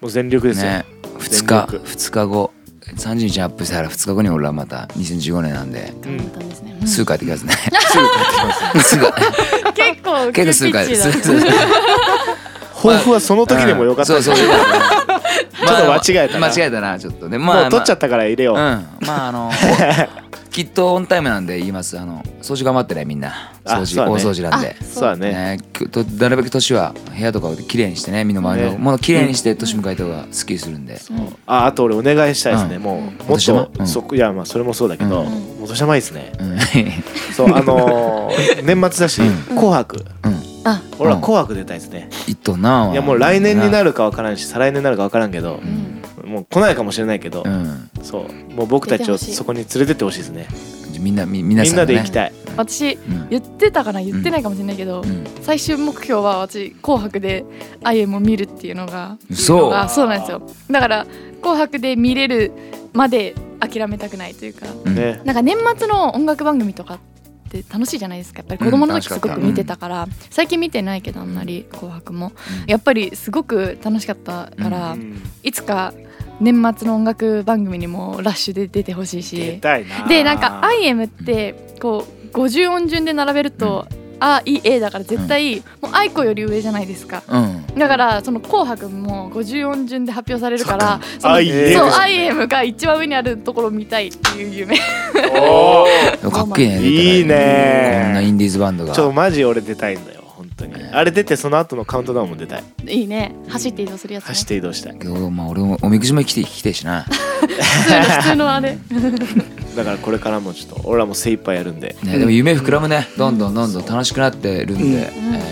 Speaker 3: もう全力ですよ。
Speaker 2: ね、2日2日後30日アップしたら2日後に俺はまた2015年なんで
Speaker 4: 頑張ったんですね
Speaker 2: すぐ帰ってきますねすぐ帰ってきます
Speaker 4: 結構
Speaker 2: 結構すぐ帰ってきますぐ
Speaker 3: 抱負はその時でもよかった。
Speaker 2: そうそう
Speaker 3: ちょっと間違えたな
Speaker 2: 間違えたなちょっとねまあ
Speaker 3: もう取っちゃったから入れよう。
Speaker 2: まあうんまああ のきっとオンタイムなんで言いますあの掃除頑張ってねみんな
Speaker 3: あ
Speaker 2: 掃
Speaker 3: そう
Speaker 2: 除、
Speaker 3: だね
Speaker 2: 大掃除なんで
Speaker 4: あ
Speaker 3: そうだね
Speaker 2: ねきとなるべく年は部屋とかをきれいにしてね身の回りの
Speaker 3: ね
Speaker 2: ものきれいにして年迎えた方がすっきりするんで、
Speaker 4: そう
Speaker 3: ああと俺お願いしたいですね、
Speaker 2: うん
Speaker 3: もうもっ
Speaker 2: 私も
Speaker 3: と、
Speaker 2: うん
Speaker 3: そこいやまあそれもそうだけど、
Speaker 2: うん
Speaker 3: もう年玉いいですね
Speaker 2: うん
Speaker 3: そうあの ー年末だし「紅白
Speaker 2: うん」
Speaker 4: あ
Speaker 3: 俺
Speaker 2: う
Speaker 3: は
Speaker 2: ん
Speaker 3: 「紅白」出たいですね、
Speaker 2: いっとない
Speaker 3: やもう来年にな
Speaker 2: る
Speaker 3: るか分からんし再来年になるか分からんけど
Speaker 4: う、ん
Speaker 3: もう来ないかもしれないけど、
Speaker 2: うん
Speaker 3: そうもう僕たちをそこに連れてってほしいですね
Speaker 2: じゃあみんなみ皆
Speaker 3: み
Speaker 2: さ
Speaker 3: ん
Speaker 2: んが
Speaker 3: な
Speaker 2: ね
Speaker 3: で行きたい
Speaker 4: 私
Speaker 2: うん
Speaker 4: 言ってたかな言ってないかもしれないけど、
Speaker 2: うん
Speaker 4: 最終目標は私「紅白」で「アイエム」を見るっていうのが
Speaker 2: そう
Speaker 4: あそうなんですよだから「紅白」で見れるまで諦めたくないというか
Speaker 2: うん
Speaker 3: ね
Speaker 4: なんか年末の音楽番組とかって楽しいじゃないですかやっぱり子供の時
Speaker 2: うん
Speaker 4: す
Speaker 2: 楽し
Speaker 4: ご
Speaker 2: かった
Speaker 4: く見てたから、最近見てないけどあんまり「紅白も」
Speaker 2: うん
Speaker 4: やっぱりすごく楽しかったから、
Speaker 3: うん
Speaker 4: いつか年末の音楽番組にもラッシュで出てほし
Speaker 3: 出
Speaker 4: いした
Speaker 3: いな
Speaker 4: でなんか「アイエム」ってこう50音順で並べると「あいえ」だから絶対もう愛子より上じゃないですか。
Speaker 2: うん
Speaker 4: だからその「紅白」も50音順で発表されるから「その
Speaker 3: あいえ
Speaker 4: そう「アイエム」が一番上にあるところを見たいっていう夢
Speaker 3: おー
Speaker 2: かっこいいねこ
Speaker 3: いい
Speaker 2: んなイ
Speaker 3: ね
Speaker 2: ンディーズバンドが
Speaker 3: ちょマジ俺出たいんだよ本当に
Speaker 2: ね
Speaker 3: あれ出てその後のカウントダウンも出たい
Speaker 4: いいね走って移動するやつ、ね、
Speaker 3: 走って移動したい
Speaker 2: けどまあ俺もおみくじも来て来てえしな
Speaker 4: 普通の普通 のあれ
Speaker 3: だからこれからもちょっと俺らも精一杯やるんで
Speaker 2: ね、でも夢膨らむね、どんどんどんどん楽しくなってるんで、
Speaker 5: うん
Speaker 2: えー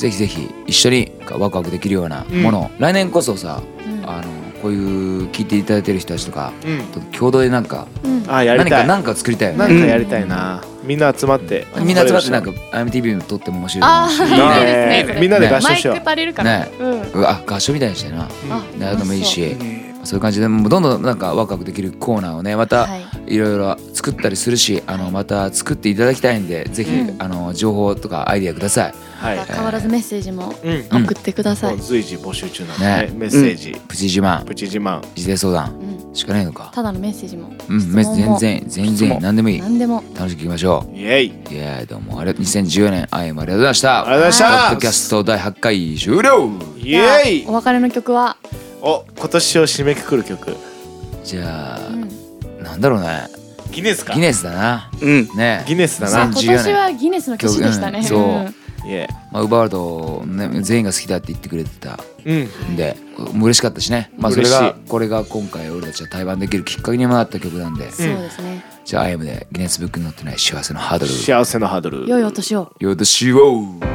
Speaker 2: ぜひぜひ一緒にワクワクできるようなものを、来年こそさ、
Speaker 4: うん
Speaker 2: あのこういう聞いていただいてる人たちとか
Speaker 3: う
Speaker 2: と
Speaker 3: ん
Speaker 2: 共同でなんか
Speaker 4: うん
Speaker 3: あやり
Speaker 2: 何
Speaker 3: た
Speaker 2: か
Speaker 3: い
Speaker 2: 何かを作りたいよ
Speaker 3: なん
Speaker 2: ね、
Speaker 3: かやりたいな、みんな集まって
Speaker 2: みんな集まってなんか IMTV も撮っても面白い
Speaker 4: あ
Speaker 2: と
Speaker 4: ー
Speaker 2: 思うし
Speaker 4: いい
Speaker 3: ね
Speaker 4: ですねそれ
Speaker 3: みんな
Speaker 2: で合
Speaker 3: 唱しよう
Speaker 4: マイク足りるから、
Speaker 2: ね
Speaker 4: うん
Speaker 2: うわ合唱みたいにしてな
Speaker 4: あ
Speaker 2: であともいいし
Speaker 5: ね
Speaker 2: そういう感じでもうどんどんなんかワクワクできるコーナーをねまた、
Speaker 4: はい
Speaker 2: いろいろ作ったりするしあのまた作っていただきたいんでぜひ、
Speaker 4: うん
Speaker 2: あの情報とかアイディアください
Speaker 3: はい
Speaker 4: また変わらずメッセージも
Speaker 3: うん
Speaker 2: うん
Speaker 4: 送ってくださ
Speaker 3: も
Speaker 4: い、
Speaker 3: う随時募集中なんでね
Speaker 2: ね
Speaker 3: メッセージ、
Speaker 2: プチ自慢
Speaker 3: プチ自慢
Speaker 2: 自定相談
Speaker 4: うん
Speaker 2: しかないのか
Speaker 4: ただのメッセージも
Speaker 2: うん、
Speaker 4: 質問
Speaker 2: 全
Speaker 4: も
Speaker 2: 然全然何でもいい
Speaker 4: 何でも
Speaker 2: 楽しくいきましょ
Speaker 3: イエイ
Speaker 2: うイエーイどうもあれ2014年アイムありがとうございました
Speaker 3: ありがとうございました
Speaker 2: ポッドキャスト第8回終了
Speaker 3: イエイ
Speaker 4: お別れの曲は、
Speaker 3: お今年を締めくくる曲
Speaker 2: じゃあ、
Speaker 4: うん
Speaker 2: なんだろうね
Speaker 3: ギネスか
Speaker 2: ギネスだな
Speaker 5: うん
Speaker 2: ね
Speaker 3: ギネスだな
Speaker 4: 今年はギネスの年でしたね
Speaker 2: 曲うんそう
Speaker 3: イエ
Speaker 2: まあ、ウバールド、ね、全員が好きだって言ってくれてた
Speaker 3: イうん
Speaker 2: んで嬉しかったしね、まあ、そ
Speaker 3: 嬉
Speaker 2: れ
Speaker 3: しい
Speaker 2: がこれが今回俺たちが対バンできるきっかけにもなった曲なんで
Speaker 4: そうですね、
Speaker 2: じゃあアイムでギネスブックに載ってない幸せのハードル
Speaker 3: 幸せのハードル
Speaker 4: 良いお年を
Speaker 2: よろしよう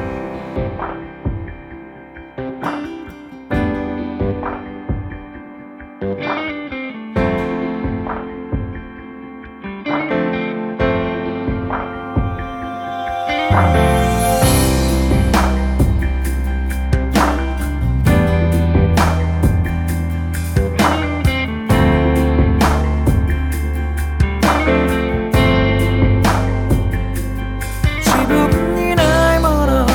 Speaker 1: 自分にないもの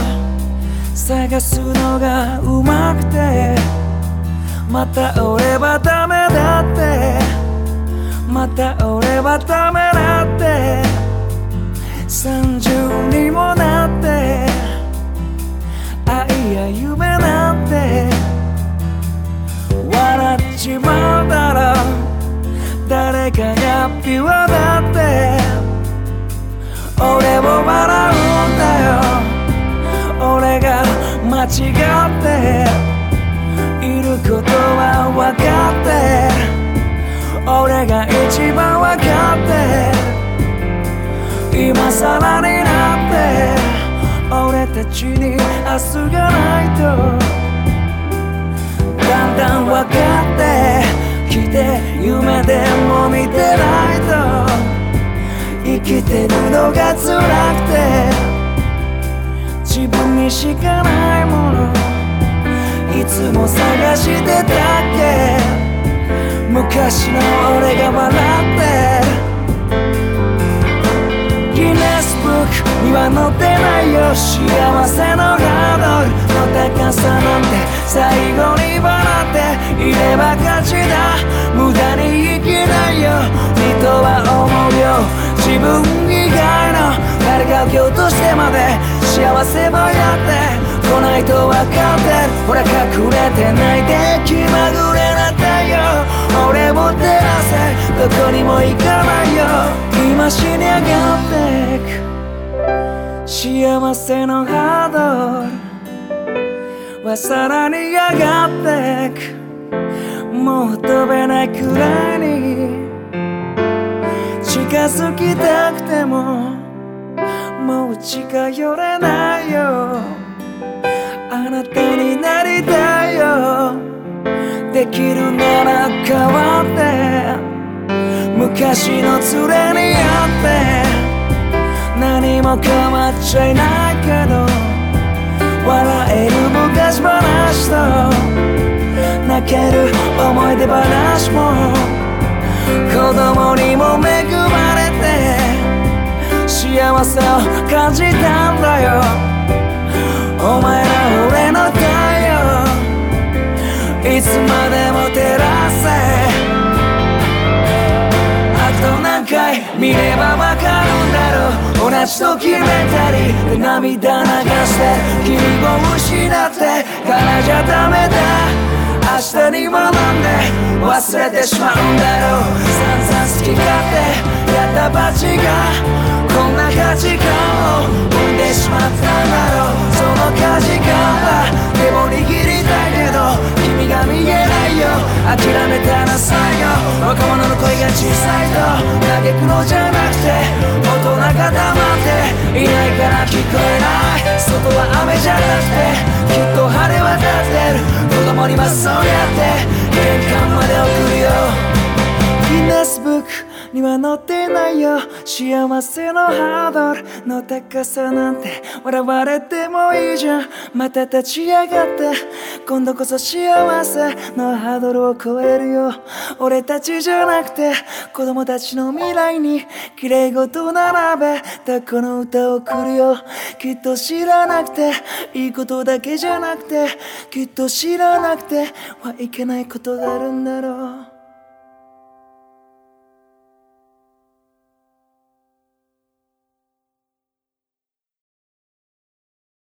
Speaker 1: 探すのがうまくてまた俺はダメだってまた俺はダメだって30にもなって愛や夢なんて笑っちまうだろう誰かがピュアだって俺を笑うんだよ俺が間違っていることは分かって俺が一番分かって今更になって俺たちに明日がないとだんだん分かってきて夢でも見てないと生きてるのが辛くて自分にしかないものいつも探してたっけ昔の俺が笑ってギネスブックには載ってないよ幸せのハードルの高さなんて最後に笑っていれば勝ちだ無駄に生きないよ人は思うよ自分以外の誰かを蹴落としてまで幸せばやって来ないと分かってるほら隠れてないで気まぐれな太陽ないよ俺を照らせどこにも行かないよ今死に上がってく幸せのハードルはさらに上がってくもう飛べないくらいに近づきたくてももう近寄れないよあなたになりたいよできるなら変わって昔の連れにあって何も変わっちゃいないけど笑える昔話と泣ける思い出話も子供にも恵まれて幸せを感じたんだよお前ら俺の太陽いつまでも照らせあと何回見ればわかるんだろう同じと決めたりで涙流して君を失ってからじゃダメだ明日に学んで忘れてしまうんだろう散々好き勝手やった罰がこんな価値観を生んでしまったんだろうその価値観は手を握りたいけど君が見えないよ諦めたらさよ若者の声が小さいと嘆くのじゃなくて大人が黙っていないから聞こえない外は雨じゃなくてきっと晴れ渡ってる子供にまっそうやって玄関まで送るよギネスブックには載ってないよ幸せのハードルの高さなんて笑われてもいいじゃんまた立ち上がって今度こそ幸せのハードルを超えるよ俺たちじゃなくて子供たちの未来に綺麗事を並べたこの歌を送るよきっと知らなくていいことだけじゃなくてきっと知らなくてはいけないことがあるんだろう